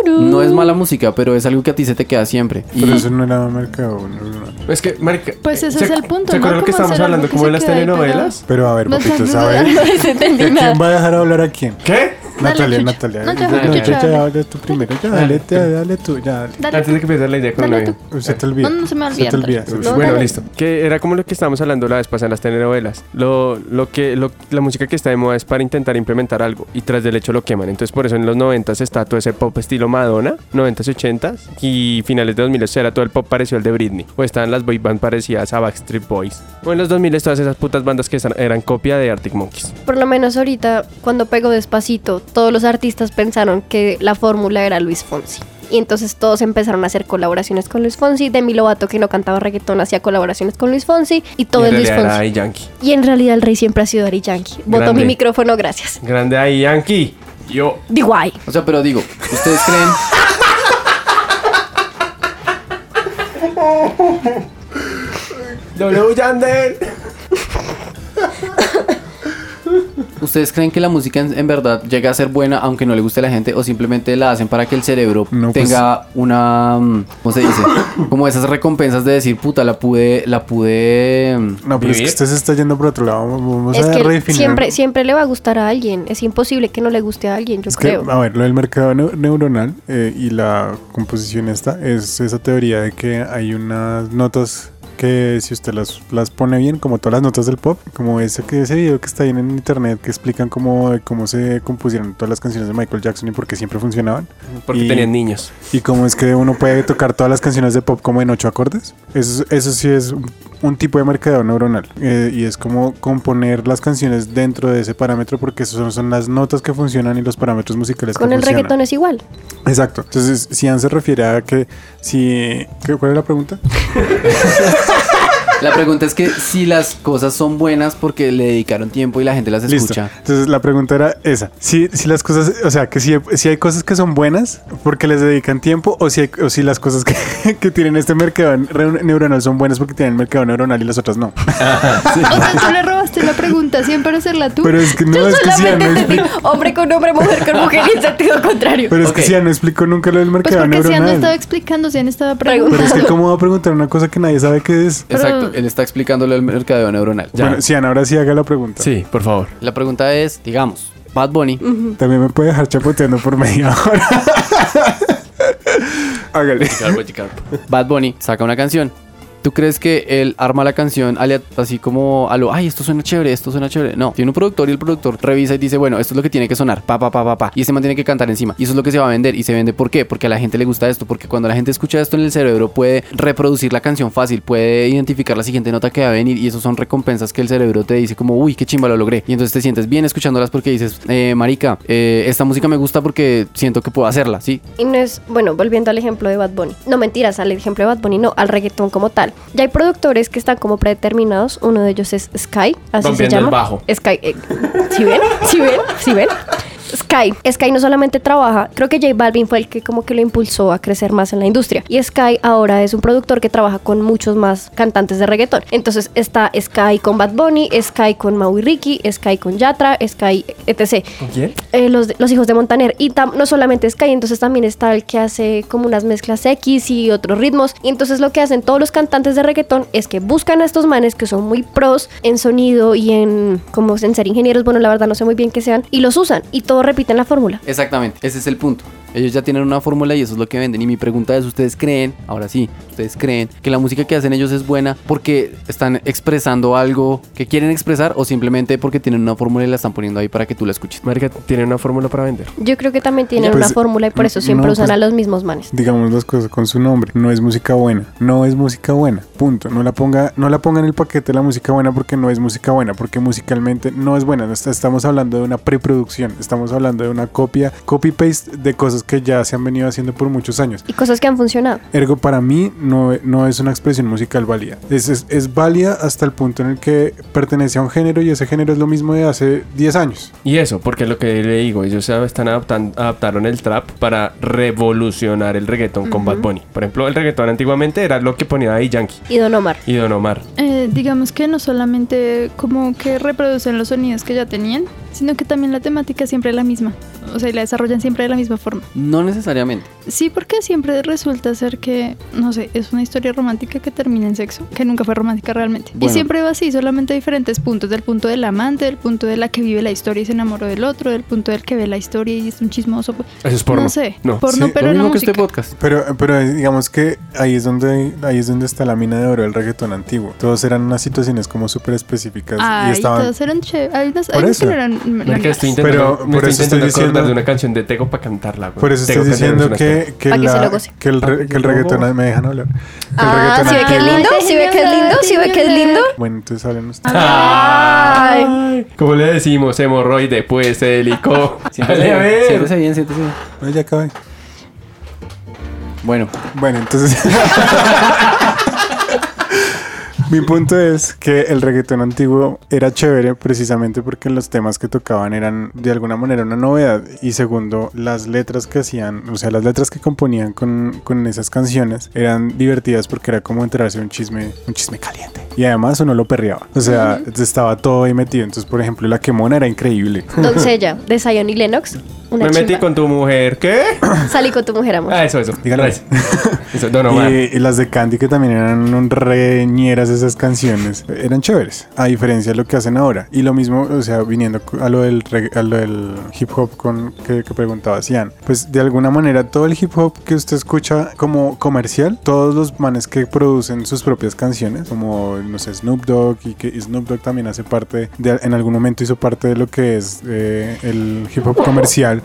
no es mala música, pero es algo que a ti se te queda siempre. Y Pero eso no era mercado. no, no, no. Es que, marica, Pues ese ¿se- es el punto, ¿Se ¿no? acuerdan lo Como que estábamos hacer algo hablando que como de se las quede ahí telenovelas? Pero a ver, no papito, sé, ¿sabes? no Pues les entendí ¿De nada. quién va a dejar hablar a quién? ¿Qué? Natalia, chucha. Natalia. No, ya, Dale, ya, chucha, dale. dale tú primero. Ya, dale, te- dale tú, ya. dale. Dale. Antes de que empezar la idea con Dale la vida. Usted te olvida. No, no se me Se olvida. te olvida. dale. se te No, olvida. Bueno, dale. listo. Que era como lo que estábamos hablando la vez pasada en las telenovelas. Lo, lo que, lo- la música que está de moda es para intentar implementar algo y tras del hecho lo queman. Entonces, por eso en los 90s está todo ese pop estilo Madonna, 90s, 80s y finales de 2000 era todo el pop parecido al de Britney. O estaban las boy band parecidas a Backstreet Boys. O en los 2000 todas esas putas bandas que están- eran copia de Arctic Monkeys. Por lo menos ahorita, cuando pegó Despacito, todos los artistas pensaron que la fórmula era Luis Fonsi. Y entonces todos empezaron a hacer colaboraciones con Luis Fonsi. Demi Lovato, que no cantaba reggaetón, hacía colaboraciones con Luis Fonsi. Y todo Y es en Luis realidad era Fonsi. Daddy Yankee. Y en realidad el rey siempre ha sido Ari Yankee. Votó Grande. mi micrófono, gracias. Grande ahí, Yankee. Yo. DIY. O sea, pero digo, ¿ustedes creen? W Yandel. ¿Ustedes creen que la música en, en verdad llega a ser buena aunque no le guste a la gente o simplemente la hacen para que el cerebro No, pues- tenga una, mm, ¿cómo se dice? Como esas recompensas de decir, puta, la pude, la pude... mm, No, pero es que Vivir. usted se está yendo por otro lado. Vamos Es a que redefinir. siempre, siempre le va a gustar a alguien. Es imposible que no le guste a alguien, yo Es que, ah, creo. a ver, lo del mercado neu- neuronal eh, y la composición esta es esa teoría de que hay unas notas que si usted las, las pone bien, como todas las notas del pop, como ese, que ese video que está ahí en internet que explican cómo, cómo se compusieron todas las canciones de Michael Jackson y por qué siempre funcionaban, Porque Y- tenían niños. y cómo es que uno puede tocar todas las canciones de pop como en ocho acordes. Eso, es- eso sí es un- un tipo de mercadeo neuronal. eh, y es como componer las canciones dentro de ese parámetro porque esas son, son las notas que funcionan y los parámetros musicales Con que el funcionan. reggaetón es igual. Exacto. Entonces, si se refiere a que si... ¿qué- ¿Cuál es la pregunta? La pregunta es que si las cosas son buenas porque le dedicaron tiempo y la gente las Listo. escucha. Entonces la pregunta era esa. Si, si las cosas, o sea, que si, si hay cosas que son buenas porque les dedican tiempo o si, hay- o si las cosas que, que tienen este mercado neu- neuronal son buenas porque tienen mercado neuronal y las otras no. O sea, tú le robaste la pregunta, siempre hacerla tú. Pero es que no, Yo es que si ya solamente no entendí explico, hombre con hombre, mujer con mujer y en sentido contrario. pero es que Ok. si ya no explico nunca lo del Pues mercado porque se han estado neuronal. explicando, se han estado Preguntando. Pero es que preguntando. cómo va a preguntar una cosa que nadie sabe qué es. Pero- Exacto, él está explicándole el mercadeo neuronal. Ya. Bueno, Sian, ahora sí haga la pregunta. Sí, por favor. La pregunta es, digamos, Bad Bunny, También me puede dejar chapoteando por media hora. Hágale. Bad Bunny saca una canción. ¿Tú crees que él arma la canción alia- así como a lo, ay, esto suena chévere, esto suena chévere? No, tiene un productor y el productor revisa y dice, bueno, esto es lo que tiene que sonar, pa, pa, pa, pa, pa. Y ese man tiene que cantar encima. Y eso es lo que se va a vender. ¿Y se vende por qué? Porque a la gente le gusta esto. Porque cuando la gente escucha esto en el cerebro puede reproducir la canción fácil, puede identificar la siguiente nota que va a venir. Y eso son recompensas que el cerebro te dice como, uy, qué chimba lo logré. Y entonces te sientes bien escuchándolas porque dices, eh, marica, eh, esta música me gusta porque siento que puedo hacerla, ¿sí? Y no es, bueno, volviendo al ejemplo de Bad Bunny. No mentiras, al ejemplo de Bad Bunny, no, al reggaetón como tal. Ya hay productores que están como predeterminados. Uno de ellos es Sky, así se Rompiendo el llama. bajo. Sky, eh, ¿sí ven? ¿Sí ven? ¿Sí ven? Sky. Sky no solamente trabaja, creo que J Balvin fue el que como que lo impulsó a crecer más en la industria. Y Sky ahora es un productor que trabaja con muchos más cantantes de reggaetón. Entonces está Sky con Bad Bunny, Sky con Maui Ricky, Sky con Yatra, Sky, etc. ¿Quién? Eh, los, de- los hijos de Montaner. Y tam- no solamente Sky, entonces también está el que hace como unas mezclas X y otros ritmos. Y entonces lo que hacen todos los cantantes de reggaetón es que buscan a estos manes que son muy pros en sonido y en como en ser ingenieros. Bueno, la verdad no sé muy bien qué sean. Y los usan y todos repiten la fórmula. Exactamente, ese es el punto. Ellos ya tienen una fórmula y eso es lo que venden. Y mi pregunta es, ¿ustedes creen, ahora sí, ustedes creen que la música que hacen ellos es buena porque están expresando algo que quieren expresar o simplemente porque tienen una fórmula y la están poniendo ahí para que tú la escuches? Marica, tiene una fórmula para vender. Yo creo que también tienen Pues, una fórmula y por eso siempre no, usan pues- a los mismos manes. digamos las cosas con su nombre. No es música buena. No es música buena. Punto. No la ponga, no la ponga en el paquete la música buena porque no es música buena, porque musicalmente no es buena. No está- Estamos hablando de una preproducción. Estamos hablando de una copia, copy paste de cosas que ya se han venido haciendo por muchos años. Y cosas que han funcionado. Ergo, para mí no, no es una expresión musical válida. Es, es, es válida hasta el punto en el que pertenece a un género y ese género es lo mismo de hace 10 años. Y eso, porque lo que le digo, ellos se están adaptando, adaptaron el trap para revolucionar el reggaetón con Bad Bunny. Por ejemplo, el reggaetón antiguamente era lo que ponía ahí Yankee Y Don Omar. y Don Omar. Eh, digamos que no solamente como que reproducen los sonidos que ya tenían, sino que también la temática siempre es la misma. O sea, y la desarrollan siempre de la misma forma. No necesariamente. Sí, porque siempre resulta ser que, no sé, es una historia romántica que termina en sexo, que nunca fue romántica realmente. Bueno. Y siempre va así, solamente diferentes puntos, del punto del amante, del punto de la que vive la historia y se enamoró del otro, del punto del que ve la historia y es un chismoso. pues, Eso es porno. No sé, No. porno, Sí, pero lo no mismo que música. este podcast. Pero, pero digamos que ahí es donde ahí es donde está la mina de oro del reggaetón antiguo. Todos eran unas situaciones como súper específicas y Ay, estaban. todos eran chéveres. Hay unas, Por hay unas eso. que no eran... no Marica, eran estoy malas. intentando, Pero me por estoy eso estoy intentando acordar diciendo- de una canción de Tego para cantarla. güey. Por eso Tego estoy canción diciendo es una que, que, Pa' que se la- lo goce. que el, re- que el reggaetón me dejan hablar. Que el Ah, reggaetón ¿sí ve que es antiguo- lindo? ¿Sí ve que es lindo? ¿Sí Ah. ve que es lindo? Bueno, entonces hablen ustedes. Ay. Ay, ¿Cómo le decimos? Hemorroide, pues, hélico. Dale, a ver. Siéntese bien, siéntese bien. No, ya acabé. Bueno, Bueno, entonces. Mi punto es que el reggaetón antiguo era chévere precisamente porque los temas que tocaban eran de alguna manera una novedad y segundo, las letras que hacían, o sea, las letras que componían con, con esas canciones eran divertidas porque era como enterarse de un chisme, un chisme caliente. Y además uno lo perreaba, o sea, estaba todo ahí metido. Entonces, por ejemplo, la quemona era increíble. Doncella, de Zion y Lennox. Una Me metí chimba. con tu mujer. ¿Qué? Salí con tu mujer, amor. Ah, eso, eso. Dígalo. Eso, Eso, Don Omar. Y, y las de Candy que también eran un reñeras esas canciones. Eran chéveres, a diferencia de lo que hacen ahora. Y lo mismo, o sea, viniendo a lo del, regga- a lo del hip hop con, que, que preguntaba Cian. Pues de alguna manera todo el hip hop que usted escucha como comercial, todos los manes que producen sus propias canciones, como, no sé, Snoop Dogg y que y Snoop Dogg también hace parte, de, en algún momento hizo parte de lo que es eh, el hip hop comercial.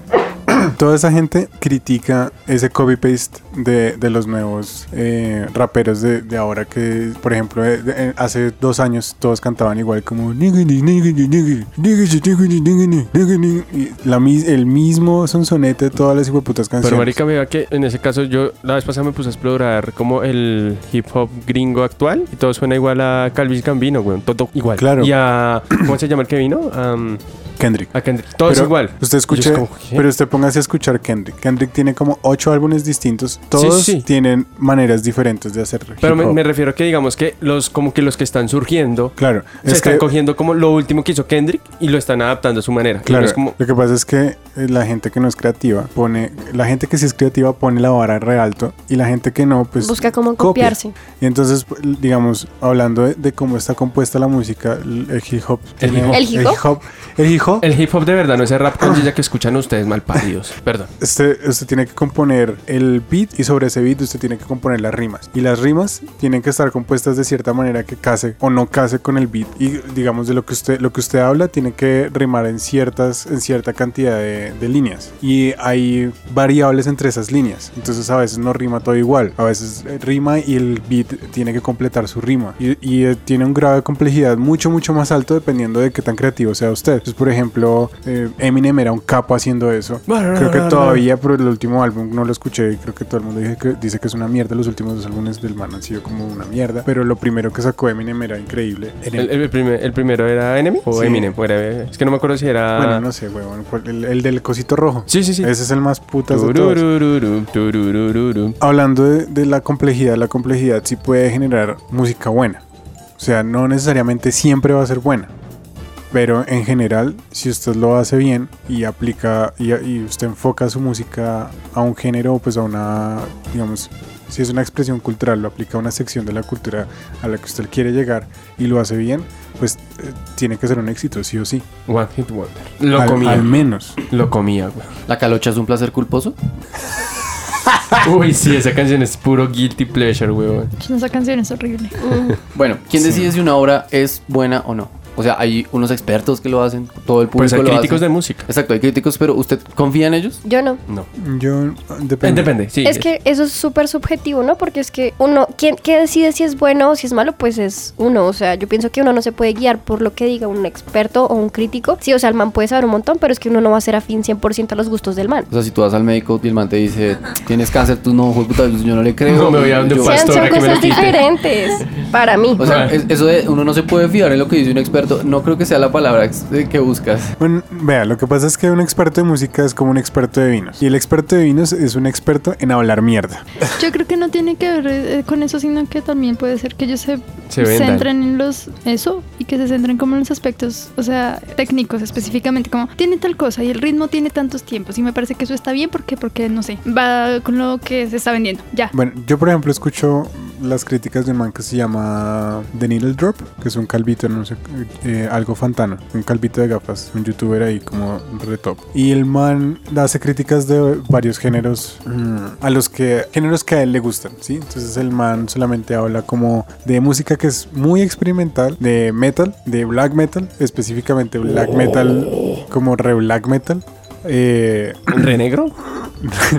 toda esa gente critica ese copy-paste de, de los nuevos eh, raperos de, de ahora que, por ejemplo, eh, de- eh, hace dos años todos cantaban igual como "Nigini, nigini, nigini, nigini, nigini, nigini, nigini", y la, mis- el mismo sonsonete de todas las putas canciones. Pero marica, mira que en ese caso yo la vez pasada me puse a explorar como el hip hop gringo actual y todo suena igual a Calvis Gambino, güey. Todo igual. Claro. Y a... ¿Cómo se llama el que vino? Am, Kendrick. a Kendrick. Todo es Pero igual. Usted escuche, Y yo es como, ¿qué? pero usted póngase a escuchar Kendrick. Kendrick tiene como ocho álbumes distintos. Todos sí. tienen maneras diferentes de hacer. Pero me, hip hop. me refiero que digamos que los como que los que están surgiendo Claro, se es están que, cogiendo como lo último que hizo Kendrick y lo están adaptando a su manera. Y no claro, es como, lo que pasa es que eh, la gente que no es creativa pone, la gente que sí es creativa pone la vara re alto y la gente que no, pues Busca cómo copia. copiarse. Y entonces, pues, digamos, hablando de, de cómo está compuesta la música, el el hip hop, El tiene- hip hop. ¿El hip el hip hop, el hip hop, el hip hop de verdad no es el rap ya que escuchan ustedes mal paridos. Perdón. Usted, Este, usted tiene que componer el beat y sobre ese beat usted tiene que componer las rimas. Y las rimas tienen que estar compuestas de cierta manera que case o no case con el beat. Y digamos de lo que usted, lo que usted habla tiene que rimar en ciertas, en cierta cantidad de, de líneas. Y hay variables entre esas líneas. Entonces a veces no rima todo igual. A veces eh, rima y el beat tiene que completar su rima. Y, y, eh, tiene un grado de complejidad mucho, mucho más alto dependiendo de qué tan creativo sea usted. Entonces, por ejemplo, eh, Eminem era un capo haciendo eso. Creo que todavía, pero el último álbum no lo escuché. y Creo que todo el mundo dice que, dice que es una mierda. Los últimos dos álbumes del man han sido como una mierda. Pero lo primero que sacó Eminem era increíble. El, el primer- el primero era Enemy o Sí. Eminem. o era- es que no me acuerdo si era. bueno, no sé, weón. cuál- El, el del cosito rojo. Ah. Sí, sí, sí. Ese es el más putas de todos. Tururururu, tururururu. Hablando de, de la complejidad, la complejidad sí puede generar música buena. O sea, no necesariamente siempre va a ser buena. Pero en general, si usted lo hace bien y aplica y, y usted enfoca su música a un género, pues a una, digamos, si es una expresión cultural, lo aplica a una sección de la cultura a la que usted quiere llegar y lo hace bien, pues eh, tiene que ser un éxito, sí o sí. One Hit Wonder. Lo al, comía. al menos. Lo comía, güey. ¿La calocha es un placer culposo? Uy, sí, esa canción es puro guilty pleasure, güey. Esa canción es horrible. Bueno, ¿quién decide si una obra es buena o no? O sea, hay unos expertos que lo hacen, todo el público Pues hay lo críticos hace. de música. Exacto, hay críticos, pero ¿usted confía en ellos? Yo no. No. Yo, eh, Eh, depende. Depende, sí. Es que eso es súper subjetivo, ¿no? Porque es que uno, ¿quién, ¿qué decide si es bueno o si es malo? Pues es uno. O sea, yo pienso que uno no se puede guiar por lo que diga un experto o un crítico. Sí, o sea, el man puede saber un montón, pero es que uno no va a ser afín 100% a los gustos del man. O sea, si tú vas al médico y el man te dice, tienes cáncer, tú no, hijo de puta, yo no le creo. No, me voy a donde Yo- un Sean, pastor. son Pastora, que me lo cosas quite. diferentes para mí. O sea, es- eso de uno no se puede fiar en lo que dice un experto, no creo que sea la palabra ex- eh, que buscas. Bueno, vea, lo que pasa es que un experto de música es como un experto de vinos. Y el experto de vinos es un experto en hablar mierda. Yo creo que no tiene que ver eh, con eso, sino que también puede ser que ellos se, Se vendan. centren en los eso y que se centren como en los aspectos, o sea, técnicos específicamente, como tiene tal cosa y el ritmo tiene tantos tiempos y me parece que eso está bien porque porque no sé, va con lo que se está vendiendo. Ya. Bueno, yo por ejemplo escucho las críticas de un man que se llama The Needle Drop, que es un calvito, no sé, eh, algo fantano, un calvito de gafas, un youtuber ahí como re top. Y el man hace críticas de varios géneros mm, a los que géneros que a él le gustan, ¿sí? Entonces el man solamente habla como de música que es muy experimental, de metal, de black metal, específicamente black metal, como re black metal. Eh, ¿Re negro?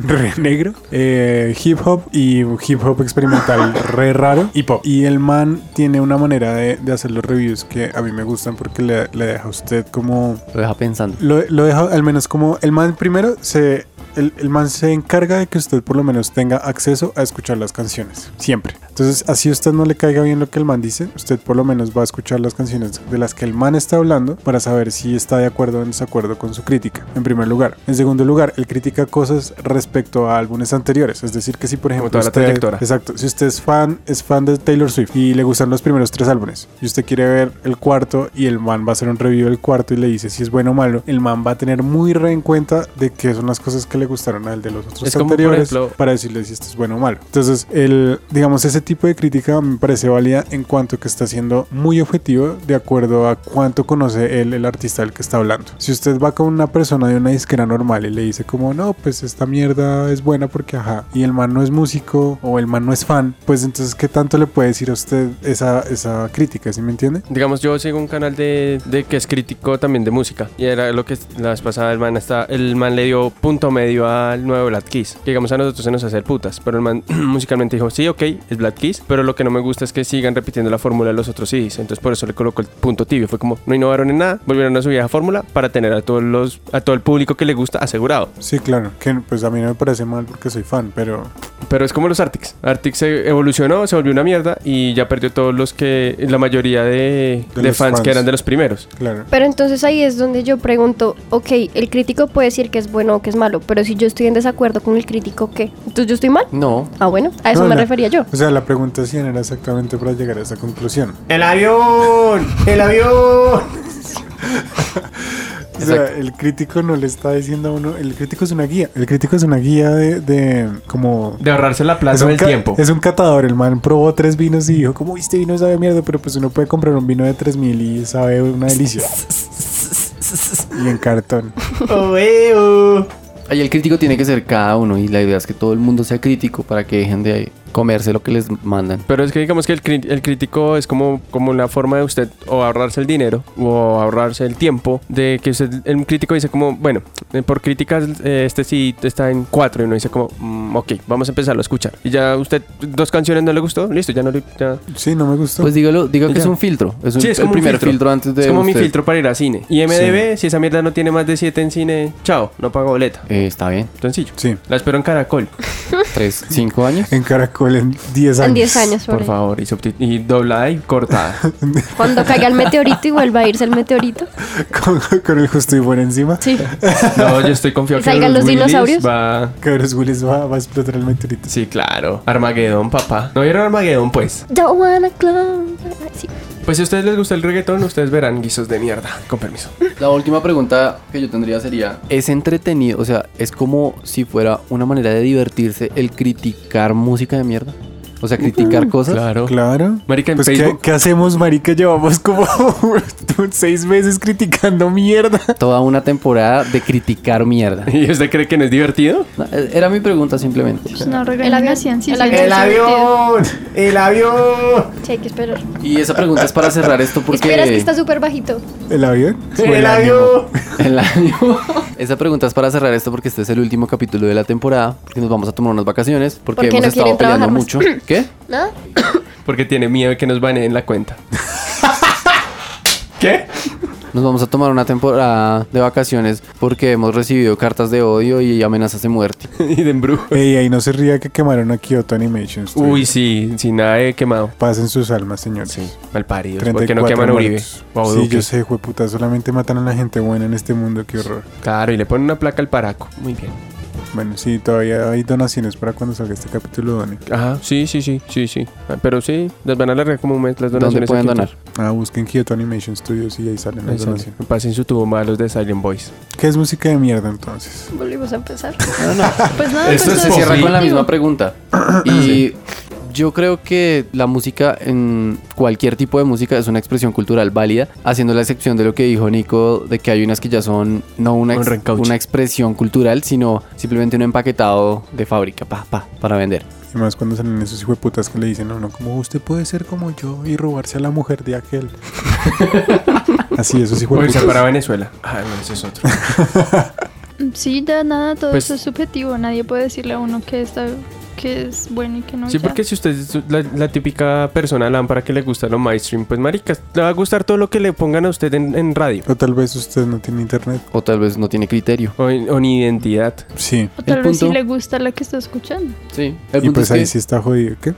re negro, eh, hip hop y hip hop experimental re raro y pop. Y el man tiene una manera de, de hacer los reviews que a mí me gustan porque le, le deja a usted como... Lo deja pensando. Lo, lo deja al menos como... El man primero se... El, el man se encarga de que usted por lo menos tenga acceso a escuchar las canciones. Siempre. Entonces, así a usted no le caiga bien lo que el man dice, usted por lo menos va a escuchar las canciones de las que el man está hablando para saber si está de acuerdo o en desacuerdo con su crítica. En primer lugar. En segundo lugar, él critica cosas respecto a álbumes anteriores. Es decir, que si por ejemplo... toda la usted- trayectora. Exacto. Si usted es fan, es fan de Taylor Swift y le gustan los primeros tres álbumes y usted quiere ver el cuarto y el man va a hacer un review del cuarto y le dice si es bueno o malo, el man va a tener muy re en cuenta de qué son las cosas que le gustaron al de los otros Es como, por anteriores ejemplo- para decirle si esto es bueno o malo. Entonces, el, digamos, ese tipo de crítica me parece válida en cuanto que está siendo muy objetivo de acuerdo a cuánto conoce él, el artista del que está hablando. Si usted va con una persona de una disquera normal y le dice como, no, pues esta mierda es buena porque ajá, y el man no es músico o el man no es fan, pues entonces, ¿qué tanto le puede decir a usted esa, esa crítica? ¿Sí me entiende? Digamos, yo sigo un canal de, de que es crítico también de música. Y era lo que la vez pasada el man, está, el man le dio punto medio arriba al nuevo Black Keys. Que digamos a nosotros se nos hace el putas. Pero el man musicalmente dijo, sí, ok, es Black Keys. Pero lo que no me gusta es que sigan repitiendo la fórmula de los otros CDs. Entonces por eso le colocó el punto tibio. Fue como, no innovaron en nada, volvieron a su vieja fórmula para tener a todos los, a todo el público que le gusta asegurado. Sí, claro. Que pues a mí no me parece mal porque soy fan, pero Pero es como los Arctics. Arctics se evolucionó, se volvió una mierda y ya perdió todos los que, la mayoría de, De de los fans que fans. eran de los primeros. claro. Pero entonces ahí es donde yo pregunto, ok, el crítico puede decir que es bueno o que es malo, pero si yo estoy en desacuerdo con el crítico, ¿qué? Entonces yo estoy mal. No, Ah, bueno, a eso No, Pues, me no. refería yo. O sea, la pregunta 100 era exactamente para llegar a esa conclusión. ¡El avión! ¡El avión! O sea, el crítico no le está diciendo a uno, el crítico es una guía. El crítico es una guía de, de como... De ahorrarse la es plata un del ca- tiempo. Es un catador, el man probó tres vinos y dijo, ¿cómo viste vino sabe a mierda? Pero pues uno puede comprar un vino de 3000 y sabe una delicia. y en cartón. ¡Oveo! ahí el crítico tiene que ser cada uno y la idea es que todo el mundo sea crítico para que dejen de comerse lo que les mandan. Pero es que digamos que el, cri- el crítico es como, como una forma de usted o ahorrarse el dinero o ahorrarse el tiempo de que usted, el crítico dice como, bueno, eh, por críticas eh, este sí está en cuatro y uno dice como, mm, ok, vamos a empezarlo a escuchar. Y ya usted dos canciones no le gustó, listo, ya no le... ya- Sí, no me gustó. Pues dígalo, diga que Ya. es un filtro. Es un, Sí, es el como un primer filtro. filtro. antes de. es como mi usted. filtro para ir a cine. Y MDB, si esa mierda no tiene más de siete en cine, chao, no pago boleta. Eh, está bien. Sencillo. sí. La espero en Caracol, Tres, cinco años. En caracol en 10 años. En 10 años, por, favor. por favor, y, subtit- y doblada y cortada. Cuando caiga el meteorito y vuelva a irse el meteorito. Con, con el justo y bueno encima. Sí. No, yo estoy confiado ¿Y que salgan los Bruce Willis dinosaurios? va- Cabros Willis va, va a explotar el meteorito. Sí, claro. Armagedón, papá. ¿No vieron Armagedón, pues? Don't wanna close. Sí. Pues si a ustedes les gusta el reggaetón, ustedes verán guisos de mierda. Con permiso. La última pregunta que yo tendría sería: ¿es entretenido? O sea, ¿es como si fuera una manera de divertirse el criticar música de mierda? O sea, criticar cosas. Claro. Marica, en Pues, ¿qué, Facebook... qué hacemos, marica? Llevamos como seis meses criticando mierda. Toda una temporada de criticar mierda. ¿Y usted cree que no es divertido? No, eh, Era mi pregunta simplemente. Pues no, regalan El avión, la ciencia, el sí, avión. sí, ¡El avión! ¡El sí. avión! Sí, hay que esperar. Y esa pregunta es para cerrar esto porque. Esperas que está súper bajito. ¿El avión? ¡El avión! El año. Esa pregunta es para cerrar esto porque este es el último capítulo de la temporada. Porque nos vamos a tomar unas vacaciones. Porque Porque hemos no estado quieren peleando trabajar más. mucho. ¿Qué? ¿No? Porque tiene miedo de que nos baneen la cuenta. ¿Qué? Nos vamos a tomar una temporada de vacaciones porque hemos recibido cartas de odio y amenazas de muerte. y de embrujo. Ey, ahí no se ría que quemaron a Kyoto Animation. Studio. Uy, sí. Sin nada de quemado. Pasen sus almas, señores. Sí. Mal parido. ¿Por qué no queman a Uribe? O a Sí, Duque. yo sé, jueputa. Solamente matan a la gente buena en este mundo. Qué horror. Claro, y le ponen una placa al paraco. Muy bien. Bueno, sí, todavía hay donaciones para cuando salga este capítulo, Doni. Ajá, sí, sí, sí, sí, sí. Ah, Pero sí, las van a alargar como un mes las ¿Dónde donaciones. pueden aquí. donar? Ah, busquen Kyoto Animation Studios y ahí salen Ahí las sale. donaciones. Pasen su tubo a los de Silent Boys. ¿Qué es música de mierda entonces? Volvimos a empezar. Pues nada, Esto pues es Se todo cierra con la positivo. misma pregunta. Y yo creo que la música en cualquier tipo de música es una expresión cultural válida, haciendo la excepción de lo que dijo Nico, de que hay unas que ya son no una, Un ex- reencauche. una expresión cultural, sino simplemente un empaquetado de fábrica pa, pa, para vender. Y más cuando salen esos hijueputas que le dicen a uno, como usted puede ser como yo y robarse a la mujer de aquel. Así, esos Uy, se hijueputas. para Venezuela. Ah, no, ese es otro. Mm, Sí, ya nada, todo Pues- eso es subjetivo. Nadie puede decirle a uno que está que es bueno y que no. Sí, ya. porque si usted es la, la típica persona lámpara que le gusta lo mainstream, pues marica, le va a gustar todo lo que le pongan a usted en, en radio. O tal vez usted no tiene internet. O tal vez no tiene criterio. O, en- o ni identidad. Sí. O tal el vez si punto- le gusta la que está escuchando. Sí. El Y punto, pues es ahí que, sí está jodido. ¿Qué?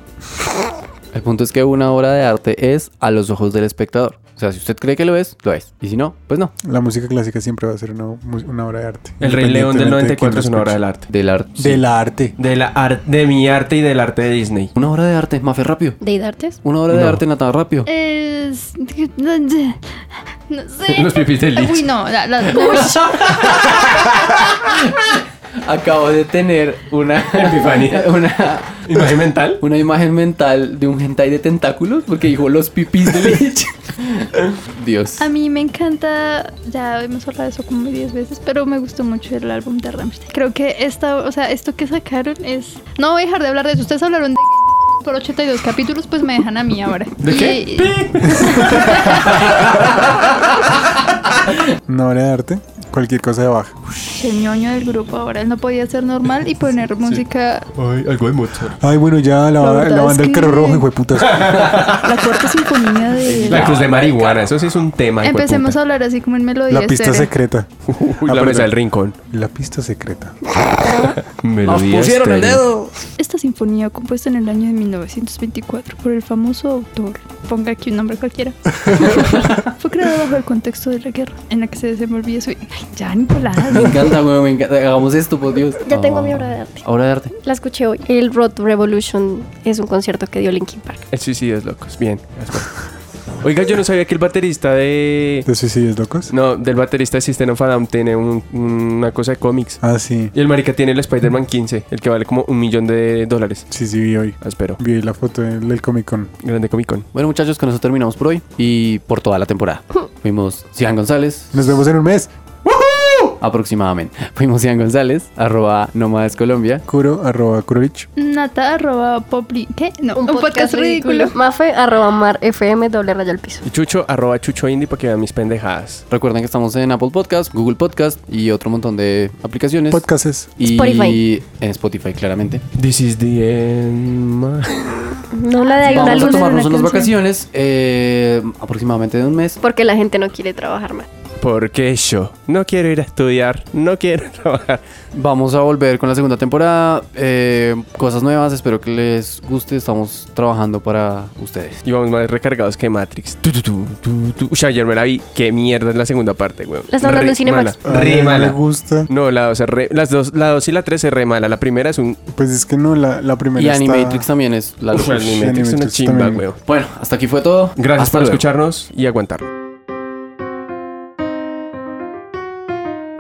el punto es que una obra de arte es a los ojos del espectador. O sea, si usted cree que lo es, lo es. Y si no, pues no. La música clásica siempre va a ser una, mu- una obra de arte. El Rey León del Independientemente de quién 94 es una lo obra del escuche. Del arte. arte. sí. De la arte. De, la ar- de mi arte y del arte de Disney. Una obra de arte, Mafe, rápido. ¿De artes? Una obra de No. arte, Natalia, rápido. Es. No sé. Los pipis de Lich. Uy, no. La, la, la- Acabo de tener una Epifanía. una, Imagen mental. una imagen mental de un hentai de tentáculos porque dijo los pipis de leche. Dios. a mí me encanta. Ya hemos hablado de eso como 10 veces, pero me gustó mucho el álbum de Rammstein. Creo que esta, o sea, esto que sacaron es. No voy a dejar de hablar de eso. Ustedes hablaron de. Por 82 capítulos, pues me dejan a mí ahora. ¿De qué? Y- Una obra de arte. Cualquier cosa de baja. el ñoño del grupo ahora. Él no podía ser normal y poner música. Ay, algo de Mozart. Ay, bueno, ya la, La la, verdad es banda del que- carro rojo, hijo de putas. La cuarta sinfonía de. La cruz de marihuana, eso sí es un tema. hijo de Ah, Empecemos a hablar así como en melodía. La pista estéreo. secreta. puta. Uy, Ah, la mesa perdón. del rincón. La pista secreta. Melodía estéreo. Esta sinfonía, compuesta en el año de 1924 por el famoso autor, ponga aquí un nombre cualquiera, fue creada bajo el contexto de la guerra en la que se desenvolvía su. Ay, ya, Nicolás. Me encanta, güey, me encanta. Hagamos esto, por Dios. Ah, Ya Ah. tengo mi obra de arte. Obra de arte. La escuché hoy. El Road Revolution es un concierto que dio Linkin Park. El suicidio es locos. Bien. Oiga, yo no sabía que el baterista de. ¿Te suicidas, locos? No, del baterista de System of a Down tiene un- una cosa de cómics. Ah, sí. Y el marica tiene el Spider-Man 15, el que vale como un millón de dólares. Sí, sí, vi hoy. Ah, Espero. Vi la foto del, del Comic Con. Grande Comic Con. Bueno, muchachos, con eso terminamos por hoy y por toda la temporada. Fuimos Cian González, Nos vemos en un mes. aproximadamente. Fuimos Cian González, arroba Nomades Colombia. Curo, arroba, Curovich. Nata arroba popli. ¿Qué? No, un, podcast, ridículo. Mafe arroba mar fm doble raya al piso. Y Chucho, arroba Chucho Indie para que vean mis pendejadas. Recuerden que estamos en Apple Podcast, Google Podcast y otro montón de aplicaciones. Podcastes. y Spotify. en Spotify, claramente. This is the end. ma- No la de hay una Vamos a luna. tomarnos una unas canción. vacaciones, eh, aproximadamente de un mes. Porque la gente no quiere trabajar más. Porque yo no quiero ir a estudiar, no quiero trabajar. Vamos a volver con la segunda temporada, eh, cosas nuevas, espero que les guste, estamos trabajando para ustedes. Y vamos más recargados que Matrix. Tu, tu, tu, tu, tu. Uy, ayer me la vi. Qué mierda es la segunda parte, weón. La están dando en Cinemax. Ay, Re no mala. me gusta. No, la dos es re- las dos, la dos y la tres es re mala. La primera es un. Pues es que no, la, la primera Y está- Animatrix también es la Uf, locura. Animatrix es una Animatrix chimba, también. weón. Bueno, hasta aquí fue todo. Gracias Hasta por luego. escucharnos y aguantar.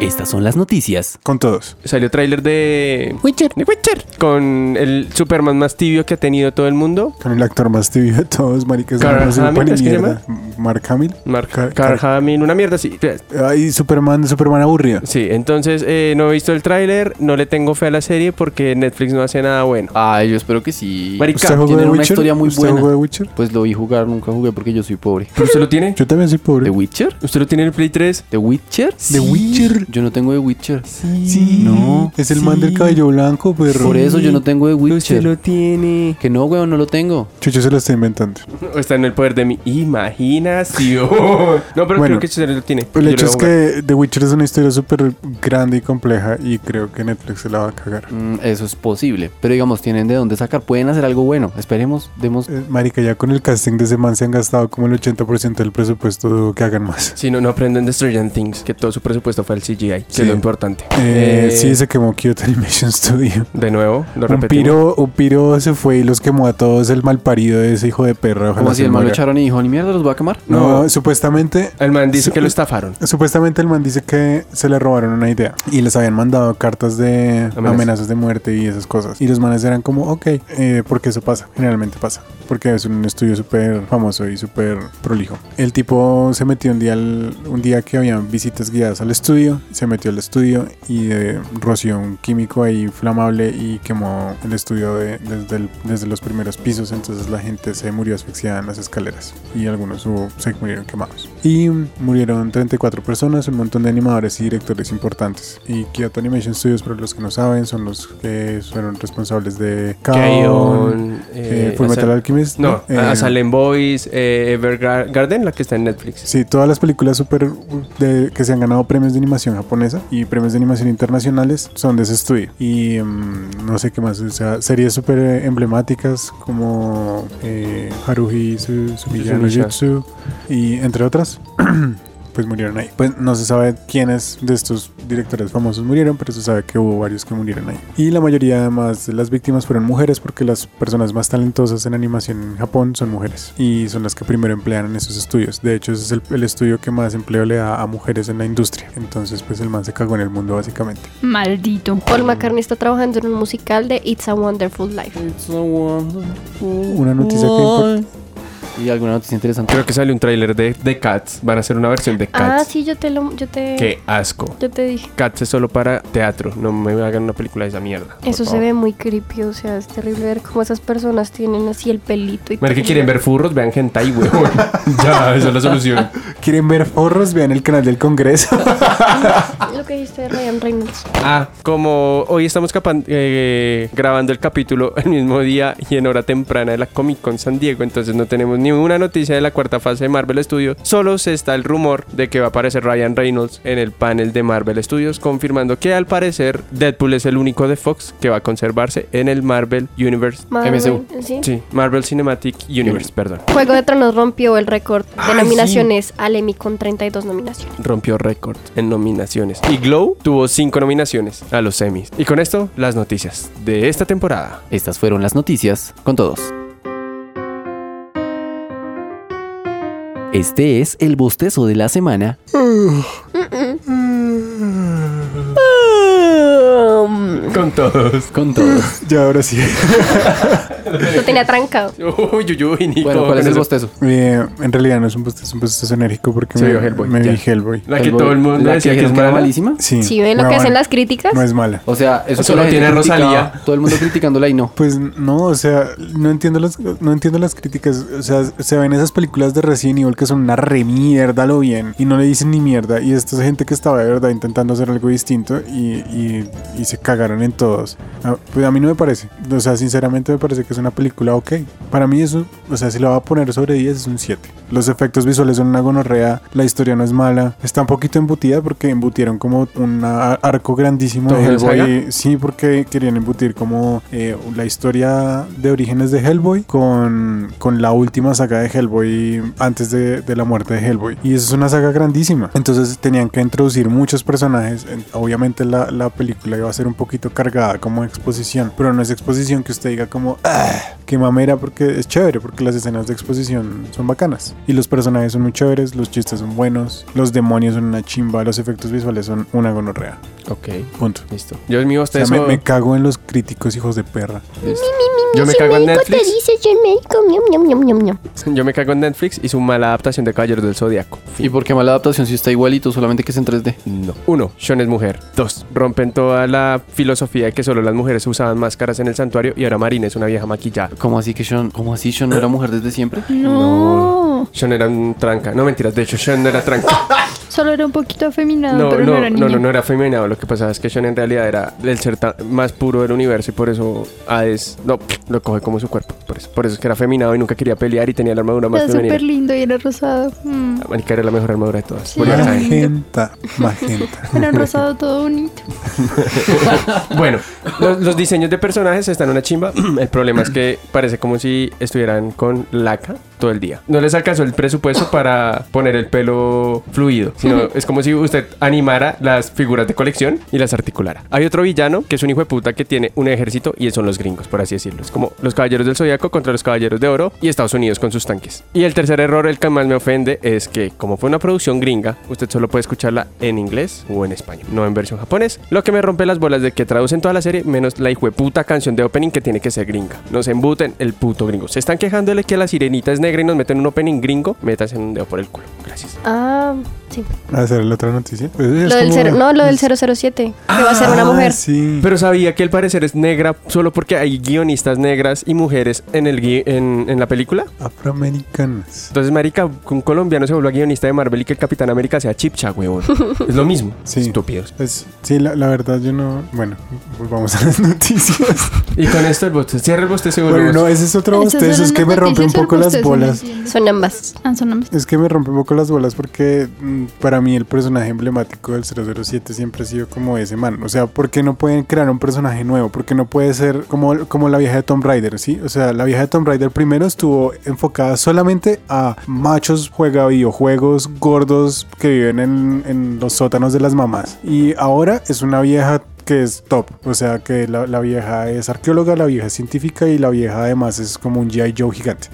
Estas son las noticias Con todos. Salió tráiler de. Witcher. De Witcher. Con el Superman más tibio que ha tenido todo el mundo. Con el actor más tibio de todos, maricas. Car- no se le Hamill, pone ¿es que mierda. Mark Hamill. Mark Car- Car Hamill, una mierda, sí. Ay, Superman, Superman aburrido. Sí, entonces eh, no he visto el tráiler, no le tengo fe a la serie porque Netflix no hace nada bueno. Ay, yo espero que sí. Marica, ¿Usted jugó tiene de una Witcher? historia muy ¿Usted buena. jugó de Witcher? Pues lo vi jugar, nunca jugué porque yo soy pobre. ¿Pero usted lo tiene? Yo también soy ¿The pobre. Witcher? ¿Usted lo tiene en el Play 3? ¿The Witcher? ¿De Witcher? Yo no tengo The Witcher. Sí. No, es el man del cabello blanco, pues, perro. Por eso yo no tengo The Witcher. tiene. Que no, weón, no lo tengo. Chucho se lo está inventando. O está en el poder de mi imaginación. No, pero creo Bueno, que usted lo tiene. El Yo hecho lo es voy a que The Witcher es una historia súper grande y compleja y creo que Netflix se la va a cagar. Mm, eso es posible. Pero digamos, tienen de dónde sacar. Pueden hacer algo bueno. Esperemos, demos. Eh, Marica, ya con el casting de ese man se han gastado como el 80% del presupuesto, dudo que hagan más. jugar. Si no, no aprenden de Stranger Things, que todo su presupuesto fue el CGI, que Sí. es lo importante. Eh, Eh, Sí, se quemó Kyoto Animation Studio. De nuevo, lo Un repetimos. piro, un piro se fue y los quemó a todos el malparido de ese hijo de perro. Como Ojalá si se el man lo muera. echaron y dijo, ni mierda, los voy a quemar. No, supuestamente El man dice Sí. que lo estafaron. Supuestamente el man dice que se le robaron una idea y les habían mandado cartas de Amenazas. amenazas de muerte y esas cosas. Y los manes eran como, ok, eh, porque eso pasa, generalmente pasa, porque es un estudio súper famoso y súper prolijo. El tipo se metió un día, al- un día que habían visitas guiadas al estudio, se metió al estudio y eh, roció un químico ahí inflamable y quemó el estudio de- desde, el- desde los primeros pisos. Entonces la gente se murió asfixiada en las escaleras y algunos hubo- se murieron quemados. Y murieron 34 personas, un montón de animadores y directores importantes. Y Kyoto Animation Studios, para los que no saben, son los que fueron responsables de Kaon, Gaon, eh, eh, Full Metal Asa- Alchemist. No, Eh, a Salem Boys, eh, Evergarden, la que está en Netflix. Sí, todas las películas super de- que se han ganado premios de animación japonesa y premios de animación internacionales son de ese estudio. Y mm, no sé qué más, o sea, series super eh, emblemáticas como eh, Haruhi Su- Sumiya no Suzumiya. Jutsu y entre otras. Pues murieron ahí. Pues no se sabe quiénes de estos directores famosos murieron, pero se sabe que hubo varios que murieron ahí. Y la mayoría además de las víctimas fueron mujeres porque las personas más talentosas en animación en Japón son mujeres y son las que primero emplean en esos estudios. De hecho, ese es el, el estudio que más empleo le da a mujeres en la industria. Entonces, pues el man se cagó en el mundo básicamente. Maldito. Mm. Paul McCartney está trabajando en un Mm, musical de It's a Wonderful Life. Una noticia que impor- ¿Y alguna noticia interesante? Creo que sale un tráiler de, de Cats. Van a hacer una versión de Ah, Cats. sí, yo te lo. Yo te, Qué asco. Yo te dije. Cats es solo para teatro. No me hagan una película de esa mierda. por Eso se favor. ve muy creepy, o sea, es terrible ver cómo esas personas tienen así el pelito y Mira que todo. quieren ver furros, vean hentai, weón. ya, esa es la solución. ¿Quieren ver forros? Vean el canal del Congreso. Lo que dijiste de Ryan Reynolds. Ah, como hoy estamos capan- eh, grabando el capítulo el mismo día y en hora temprana de la Comic Con San Diego, entonces no tenemos ni una noticia de la cuarta fase de Marvel Studios. Solo se está el rumor de que va a aparecer Ryan Reynolds en el panel de Marvel Studios, confirmando que al parecer Deadpool es el único de Fox que va a conservarse en el Marvel Universe. Marvel, MCU. ¿sí? Sí, Marvel Cinematic Universe, perdón. Juego de Tronos rompió el récord de Ay, nominaciones al Emmy con 32 nominaciones. Rompió récord en nominaciones. Y Glow tuvo cinco nominaciones a los semis. Y con esto, las noticias de esta temporada. Estas fueron las noticias con todos. Este es el bostezo de la semana Mm. Con todos. con todos. ya ahora sí. Lo tenía trancado. Uy, uy, uy, Nico. Bueno, ¿cuál con es el eso- bostezo? Eh, en realidad no es un post, es un post enérgico porque Se me, vio Hellboy, me ya. vi Hellboy. La que El bo- todo el mundo la decía que, dijeron es que era mala. malísima. Sí. ¿Sí ven lo No, que bueno, hacen las críticas? No es mala. O sea, eso, Eso que la lo gente tiene criticaba, Rosalía. Todo el mundo criticándola y no. Pues no, o sea, no entiendo las, no entiendo las críticas. O sea, se ven esas películas de Resident Evil que son una remierda lo bien y no le dicen ni mierda. Y esta es gente que estaba de verdad intentando hacer algo distinto y, y- y se cagaron en todos. Ah, Pues a mí no me parece. O sea, sinceramente me parece que es una película ok. Para mí eso, o sea, si la va a poner sobre 10 es un 7. Los efectos visuales son una gonorrea, la historia no es mala. Está un poquito embutida porque embutieron como un a- arco grandísimo ¿Todo de el saga? Hellboy Sí, porque querían embutir como eh, la historia de orígenes de Hellboy con, con la última saga de Hellboy antes de, de la muerte de Hellboy. Y eso es una saga grandísima. Entonces tenían que introducir muchos personajes. En- Obviamente la, la película iba a ser un poquito cargada como exposición, pero no es exposición que usted diga como, "Ah, qué mamera, porque es chévere, porque las escenas de exposición son bacanas. Y los personajes son muy chéveres, los chistes son buenos, los demonios son una chimba, los efectos visuales son una gonorrea. Ok, Punto. listo. Yo mi O sea, bostezo. me, me cago en los críticos hijos de perra. listo. Mm, Yo me cago en Netflix. Yo me cago en Netflix y su mala adaptación de Caballeros del Zodíaco. ¿Y por qué mala adaptación si está igualito, solamente que es en 3D? No. Uno, Sean es mujer. Dos, rompen toda la filosofía de que solo las mujeres usaban máscaras en el santuario y ahora Marina es una vieja maquillada. ¿Cómo así que Sean, cómo así Sean no era mujer desde siempre? No. Sean era un tranca. No mentiras, de hecho, Sean no era tranca. Solo era un poquito afeminado, No, Ah, pero no, no, era niño. no, no, no era femenado. Lo que pasaba es que Sean en realidad era el ser ta- más puro del universo y por eso Hades no, lo coge como su cuerpo. Por eso, por eso es que era feminado y nunca quería pelear y tenía la armadura más Era súper femenina. lindo y era rosado. Mm. La marica era la mejor armadura de todas. Sí. Bueno, ya saben. Magenta, magenta. Era un rosado todo bonito. Bueno, los, los diseños de personajes están una chimba. El problema es que parece como si estuvieran con laca todo el día. No les alcanzó el presupuesto para poner el pelo fluido, sino es como si usted animara las figuras de colección y las articulara. Hay otro villano que es un hijo de puta que tiene un ejército y son los gringos, por así decirlo. Es como los caballeros del zodiaco contra los caballeros de oro y Estados Unidos con sus tanques. Y el tercer error, el que más me ofende, es que como fue una producción gringa, usted solo puede escucharla en inglés o en español, no en versión japonés. Lo que me rompe las bolas de que traducen toda la serie, menos la hijueputa canción de opening que tiene que ser gringa. Nos embuten el puto gringo. Se están quejándole que la sirenita es negra y nos meten un opening gringo, métanse un dedo por el culo. Gracias. Ah, sí. ¿Hacer la otra noticia? Pues es Lo del como- cero, no, lo del 007, que va a ser una Ah, mujer. Sí. Pero sabía que al parecer es negra solo porque hay guionistas negras y mujeres en, el gui- en, en la película. Afroamericanas. Entonces, marica, que un colombiano se vuelva guionista de Marvel y que el Capitán América sea Chipcha, huevón. es lo mismo. Sí. Estúpidos. Es- sí, la, la verdad yo no... Bueno, volvamos a las noticias. Y con esto el bote. Cierra el bote seguro. bueno, no, eh. ese es otro Esas bostezo, eran es que las me rompe un noticias, el poco las bostezo, ¿me bolas. entiendes? Son ambas. Ah, son ambas. Es que me rompe un poco las bolas porque mm, para mí el personaje emblemático del 007 siempre ha sido como ese man. O sea, ¿por qué no pueden crear un personaje nuevo? ¿Por qué no puede ser como, como la vieja de Tomb Raider, sí? O sea, la vieja de Tomb Raider primero estuvo enfocada solamente a machos juega videojuegos gordos que viven en, en los sótanos de las mamás. Y ahora es una vieja que es top. O sea, que la, la vieja es arqueóloga, la vieja es científica y la vieja además es como un G.I. Joe gigante.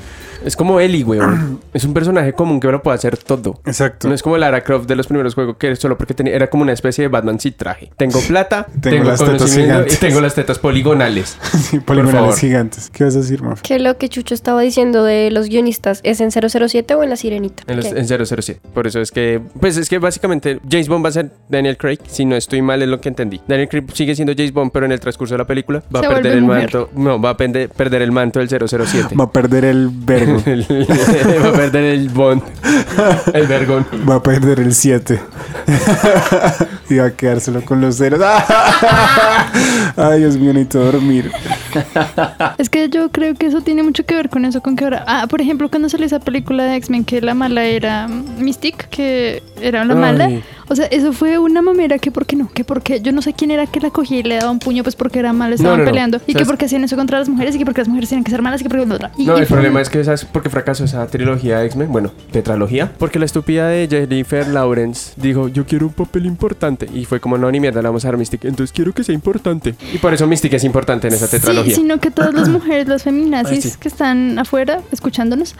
Es como Ellie, weón. es un personaje común que uno puede hacer todo. Exacto. No es como Lara Croft de los primeros juegos, que solo porque tenía, era como una especie de Batman sin traje. Tengo plata, tengo, las tetas conocimiento y gigantes. tengo las tetas poligonales. Sí, poligonales favor. gigantes. ¿Qué vas a decir, Maf? Que lo que Chucho estaba diciendo de los guionistas es en 007 o en La Sirenita. En, los- ¿Qué? en 007. Por eso es que, pues es que básicamente James Bond va a ser Daniel Craig. Si no estoy mal, es lo que entendí. Daniel Craig sigue siendo James Bond, pero en el transcurso de la película va Se a perder vuelve el mujer. manto. No, va a pende- perder el manto del 007. Va a perder el vergo. El- va a perder el Bond. El vergón. Va a perder el 7. y va a quedárselo con los ceros. Ay, Dios mío, necesito dormir. Ah. Es que yo creo que eso tiene mucho que ver con eso, con que ahora... Ah, por ejemplo, cuando salió esa película de X-Men, que la mala era mm, Mystique, que era la mala. Ay. O sea, eso fue una mamera que por qué no, que porque yo no sé quién era que la cogía y le daba un puño, pues porque era mala, estaban no, no. peleando. Y que ¿Sabes? porque hacían eso contra las mujeres y que porque las mujeres tienen que ser malas y que porque... Y, No, y el fue- problema es que ¿sabes por qué fracasó esa trilogía de X-Men? Bueno, tetralogía. Porque la estúpida de Jennifer Lawrence dijo, yo quiero un papel importante. Y fue como, no, ni mierda, la vamos a dar a Mystic. Entonces quiero que sea importante. Y por eso Mystic es importante en esa tetralogía. Sí, sino que todas las mujeres, las feminazis Ay, sí. que están afuera escuchándonos,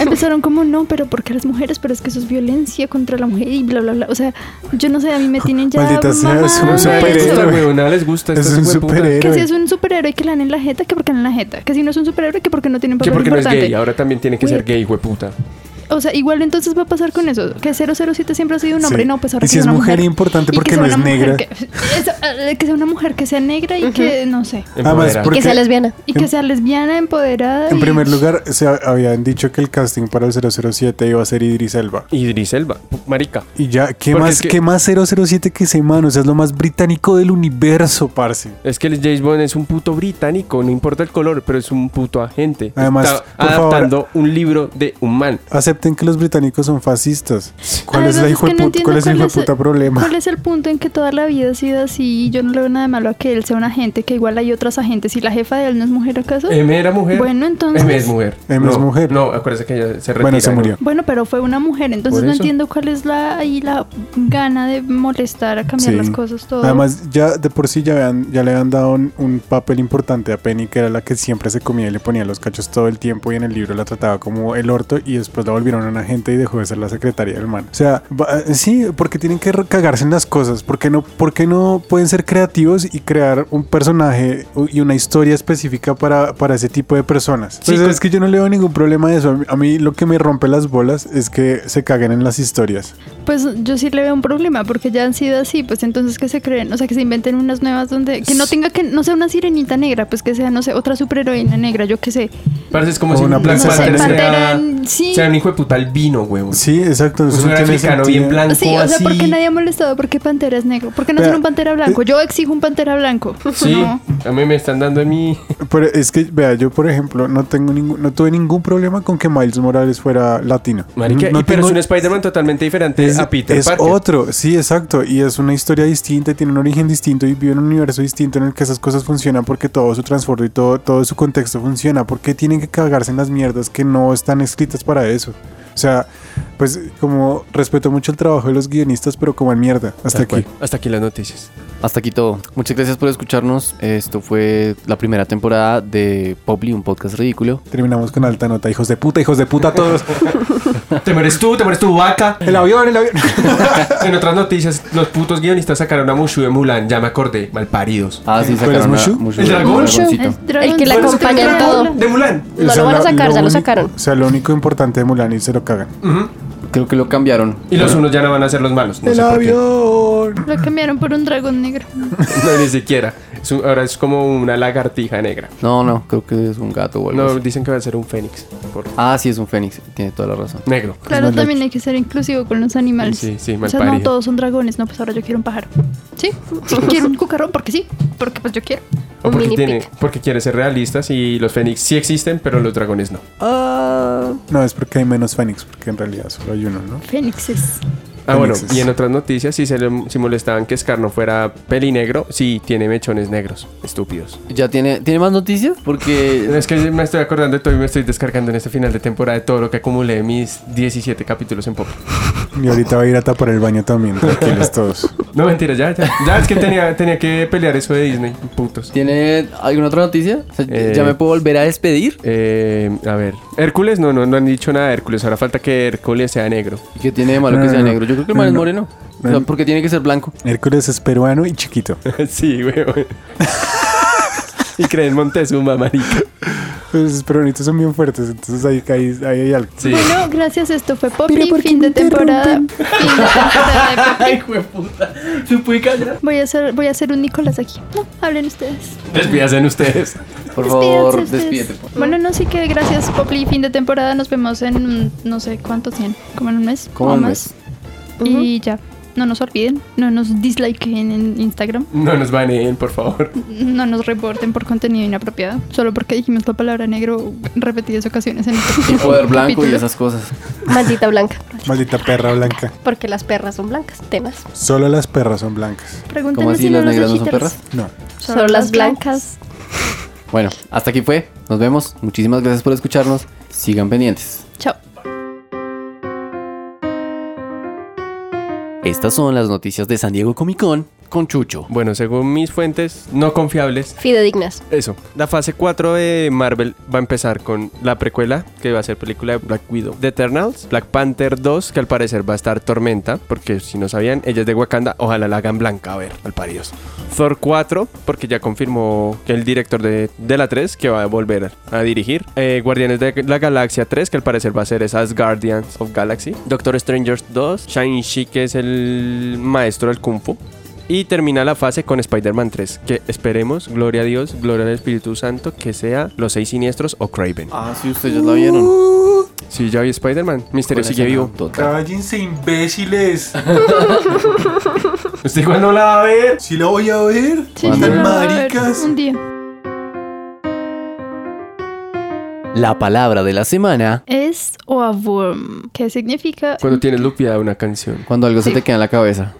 empezaron como no, pero porque las mujeres, pero es que eso es violencia contra la mujer y bla, bla, bla. O sea, yo no sé, a mí me tienen ya. Maldita sea, mamada. es un No les gusta, superhéroe. weón, nada les gusta. Es estas un hueputas. Que si superhéroe. es un superhéroe que le dan en la jeta, que porque le dan en la jeta. Que si no es un superhéroe, que porque no tiene un Que papel porque no es importante. gay, ahora también tiene que ser Uy. gay, hueputa. Ah, O sea, igual entonces va a pasar con eso. Que 007 siempre ha sido un hombre. Sí. No, pues ahora Y que si sea es una mujer, importante Y que porque sea no una es mujer negra. Que, eso, eh, que sea una mujer que sea negra y que, no sé. Además, Empoderada. porque- Que sea lesbiana. Y que sea lesbiana, empoderada. En y- primer lugar, se ha- habían dicho que el casting para el 007 iba a ser Idris Elba. Idris Elba, marica. Y ya, ¿qué Porque más, es que- ¿qué más 007 que ese man? O sea, es lo más británico del universo, parce. Es que el James Bond es un puto británico, no importa el color, pero es un puto agente. Además, Está por favor- adaptando un libro de un man. Acepten que los británicos son fascistas. ¿Cuál es, Además, la es hijo que de pu- no ¿cuál entiendo es el cuál hijo de es el- puta problema? ¿Cuál es el punto en que toda la vida ha sido así? Y yo no le veo nada de malo a que él sea un agente, que igual hay otras agentes. ¿Y la jefa de él no es mujer acaso? Em, M era mujer. Bueno, entonces- M es mujer. M es No, mujer. No, acuérdese que ella se retira. Bueno, se murió. Bueno, pero fue una mujer, entonces Por no eso. entiendo cuál es la ahí la gana de molestar a cambiar Sí. las cosas todo. Además, ya de por sí ya, habían- ya le habían dado un, un papel importante a Penny, que era la que siempre se comía y le ponía los cachos todo el tiempo y en el libro la trataba como el orto y después la volvieron una agente y dejó de ser la secretaria del man. O sea, va- eh, sí, porque tienen que re- cagarse en las cosas, porque no, porque no pueden ser creativos y crear un personaje u- y una historia específica para, para ese tipo de personas. Sí, Pues con- es que yo no le veo ningún problema a eso. A mí- A mí lo que me rompe las bolas es que se caguen en las historias. Pues yo sí le veo un problema porque ya han sido así, pues entonces que se creen, o sea, que se inventen unas nuevas donde que no tenga que no sea una sirenita negra, pues que sea no sé, otra superheroína negra, yo qué sé. Parece es como O si una Black princesa Panther negra. sea, Pantera, sí. sea un hijo de puta albino, huevón. Sí, exacto. Pues Un eso no suéter tiene africano sentido. bien blanco Sí, o sea, así. eh, ¿por qué nadie ha molestado? ¿Por qué Pantera es negro? ¿Por qué no Vea, tiene un Pantera blanco? Yo exijo un Pantera blanco. Sí, No. a mí me están dando a mí. Pero es que, vea, yo por ejemplo no tengo ningún, no tuve ningún problema con que Miles Morales fuera latino. Marica, no y pero tengo- es un Spider-Man totalmente diferente es- a Peter es Parker. otro, sí, exacto. Y es una historia distinta, y tiene un origen distinto y vive en un universo distinto en el que esas cosas funcionan porque todo su transbordo y todo, todo su contexto funciona. porque tienen que cagarse en las mierdas que no están escritas para eso? O sea, pues como respeto mucho el trabajo de los guionistas, pero como en mierda. Hasta Tal cual. aquí. Hasta aquí las noticias. Hasta aquí todo. Muchas gracias por escucharnos. Esto fue la primera temporada de Poply, un podcast ridículo. Terminamos con alta nota. Hijos de puta, hijos de puta todos. Te mueres tú, te mueres tu vaca. el avión, el avión. En otras noticias, los putos guionistas sacaron a Mushu de Mulan. Ya me acordé, malparidos. Ah, sí, ¿Cuál es sacaron a- Mushu? Mushu, ¿El dragón? dragoncito. El dragón- El que la Bueno, acompaña sí, en todo. De Mulan. No lo van a sacar, ya lo único- sacaron. O sea, lo único importante de Mulan y se lo cagan. Creo que lo cambiaron. Y los unos ya no van a ser los malos. No sé por qué. avión. Lo cambiaron por un dragón negro. No, ni siquiera. Es un- ahora es como una lagartija negra. No, no, creo que es un gato o algo No, así. dicen que va a ser un fénix. Por Ah, sí, es un fénix. Tiene toda la razón. negro. Claro, mal también hay que ser inclusivo con los animales. Sí, sí, mal O sea, no parido. todos son dragones. No, pues ahora yo quiero un pájaro. Sí, sí, quiero un cucarrón porque sí, porque pues yo quiero. O Un porque, mini tiene, pig. porque quiere ser realistas y los fénix sí existen, pero los dragones no. Ah. No, es porque hay menos Fénix, porque en realidad solo hay uno, ¿no? Fénixes. Ah, bueno, anexas. y en otras noticias, si, se le- si molestaban que Scar no fuera pelinegro, sí tiene mechones negros, estúpidos. ¿Ya tiene, tiene más noticias? Porque Es que me estoy acordando de todo y me estoy descargando en este final de temporada de todo lo que acumulé de mis 17 capítulos en pop. Y ahorita va a ir a tapar el baño también, tranquilos todos. No, mentira, ya, ya. Ya, es que tenía, tenía que pelear eso de Disney, putos. ¿tiene alguna otra noticia? O sea, Eh. ¿Ya me puedo volver a despedir? Eh, a ver, Hércules, no, no, no han dicho nada de Hércules. Ahora falta que Hércules sea negro. ¿Y qué tiene de malo No, que no, sea no. negro? Yo creo que el man No, es no. moreno. O sea, No. porque tiene que ser blanco. Hércules es peruano y chiquito. sí, weón. y creen Montezuma, marica. Pues los peruanitos son bien fuertes, entonces ahí, ahí, ahí hay algo. Sí. Bueno, gracias. Esto fue Poppy. Fin de temporada. Fin de temporada de Poppy. ¿Se puede callar? Voy a hacer, voy a hacer un Nicolás aquí. No, hablen ustedes. Despídase en ustedes. Por Despídanse favor, ustedes. despídete. por- Bueno, no, sí que gracias, Popli. Fin de temporada. Nos vemos en mm, no sé cuánto tiempo. Como en un mes. Como o un más. Y ya. No nos olviden. No nos disliken en Instagram. No nos baneen, por favor. No nos reporten por contenido inapropiado. Solo porque dijimos la palabra negro repetidas ocasiones en este Y poder blanco y capítulo. esas cosas. Maldita blanca. Maldita perra blanca. Porque las perras son blancas, temas. Solo las perras son blancas. Pregúntenle ¿Cómo así si las no los negras no son ojitos. perras? No. Solo las blancas. Bueno, hasta aquí fue. Nos vemos. Muchísimas gracias por escucharnos. Sigan pendientes. Chao. Estas son las noticias de San Diego Comic Con con Chucho. Bueno, según mis fuentes no confiables, Fidedignas. eso. La fase 4 de Marvel va a empezar con la precuela, que va a ser película de Black Widow, The Eternals, Black Panther 2, que al parecer va a estar Tormenta, porque si no sabían, ella es de Wakanda, ojalá la hagan blanca, a ver, al paridos. Thor 4, porque ya confirmó que el director de, de la 3, que va a volver a dirigir. Eh, Guardianes de la Galaxia 3, que al parecer va a ser esas Guardians of Galaxy. Doctor Strangers 2, Shang-Chi, que es el maestro del Kung Fu. Y termina la fase con Spider-Man 3, que esperemos, gloria a Dios, gloria al Espíritu Santo, que sea Los Seis Siniestros o Craven. Ah, sí, ustedes ya la vieron. Sí, ya vi Spider-Man. Misterio sigue vivo. Total. Cállense, imbéciles. ¿Usted igual no la va a ver? Si la voy a ver. Sí, Cuando- no, a ver, Maricas. Un día. La palabra de la semana. Es o a worm, que significa Cuando tienes lupiada una canción. Cuando algo se Sí. te queda en la cabeza.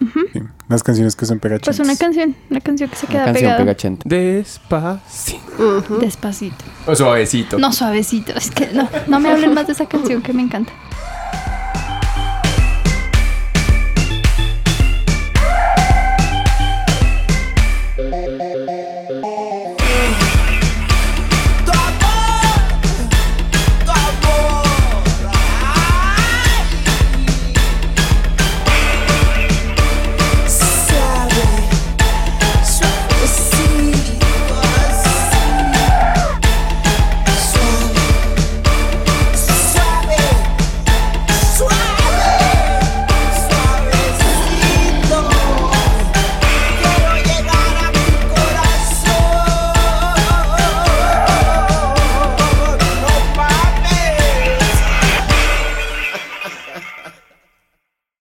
Las canciones que son pues pegachas. una canción, una canción que se Una queda canción pegada. pegachente. Despacito. Ujú. Despacito. O suavecito. No, suavecito. Es que no, no me hablen más de esa canción que me encanta.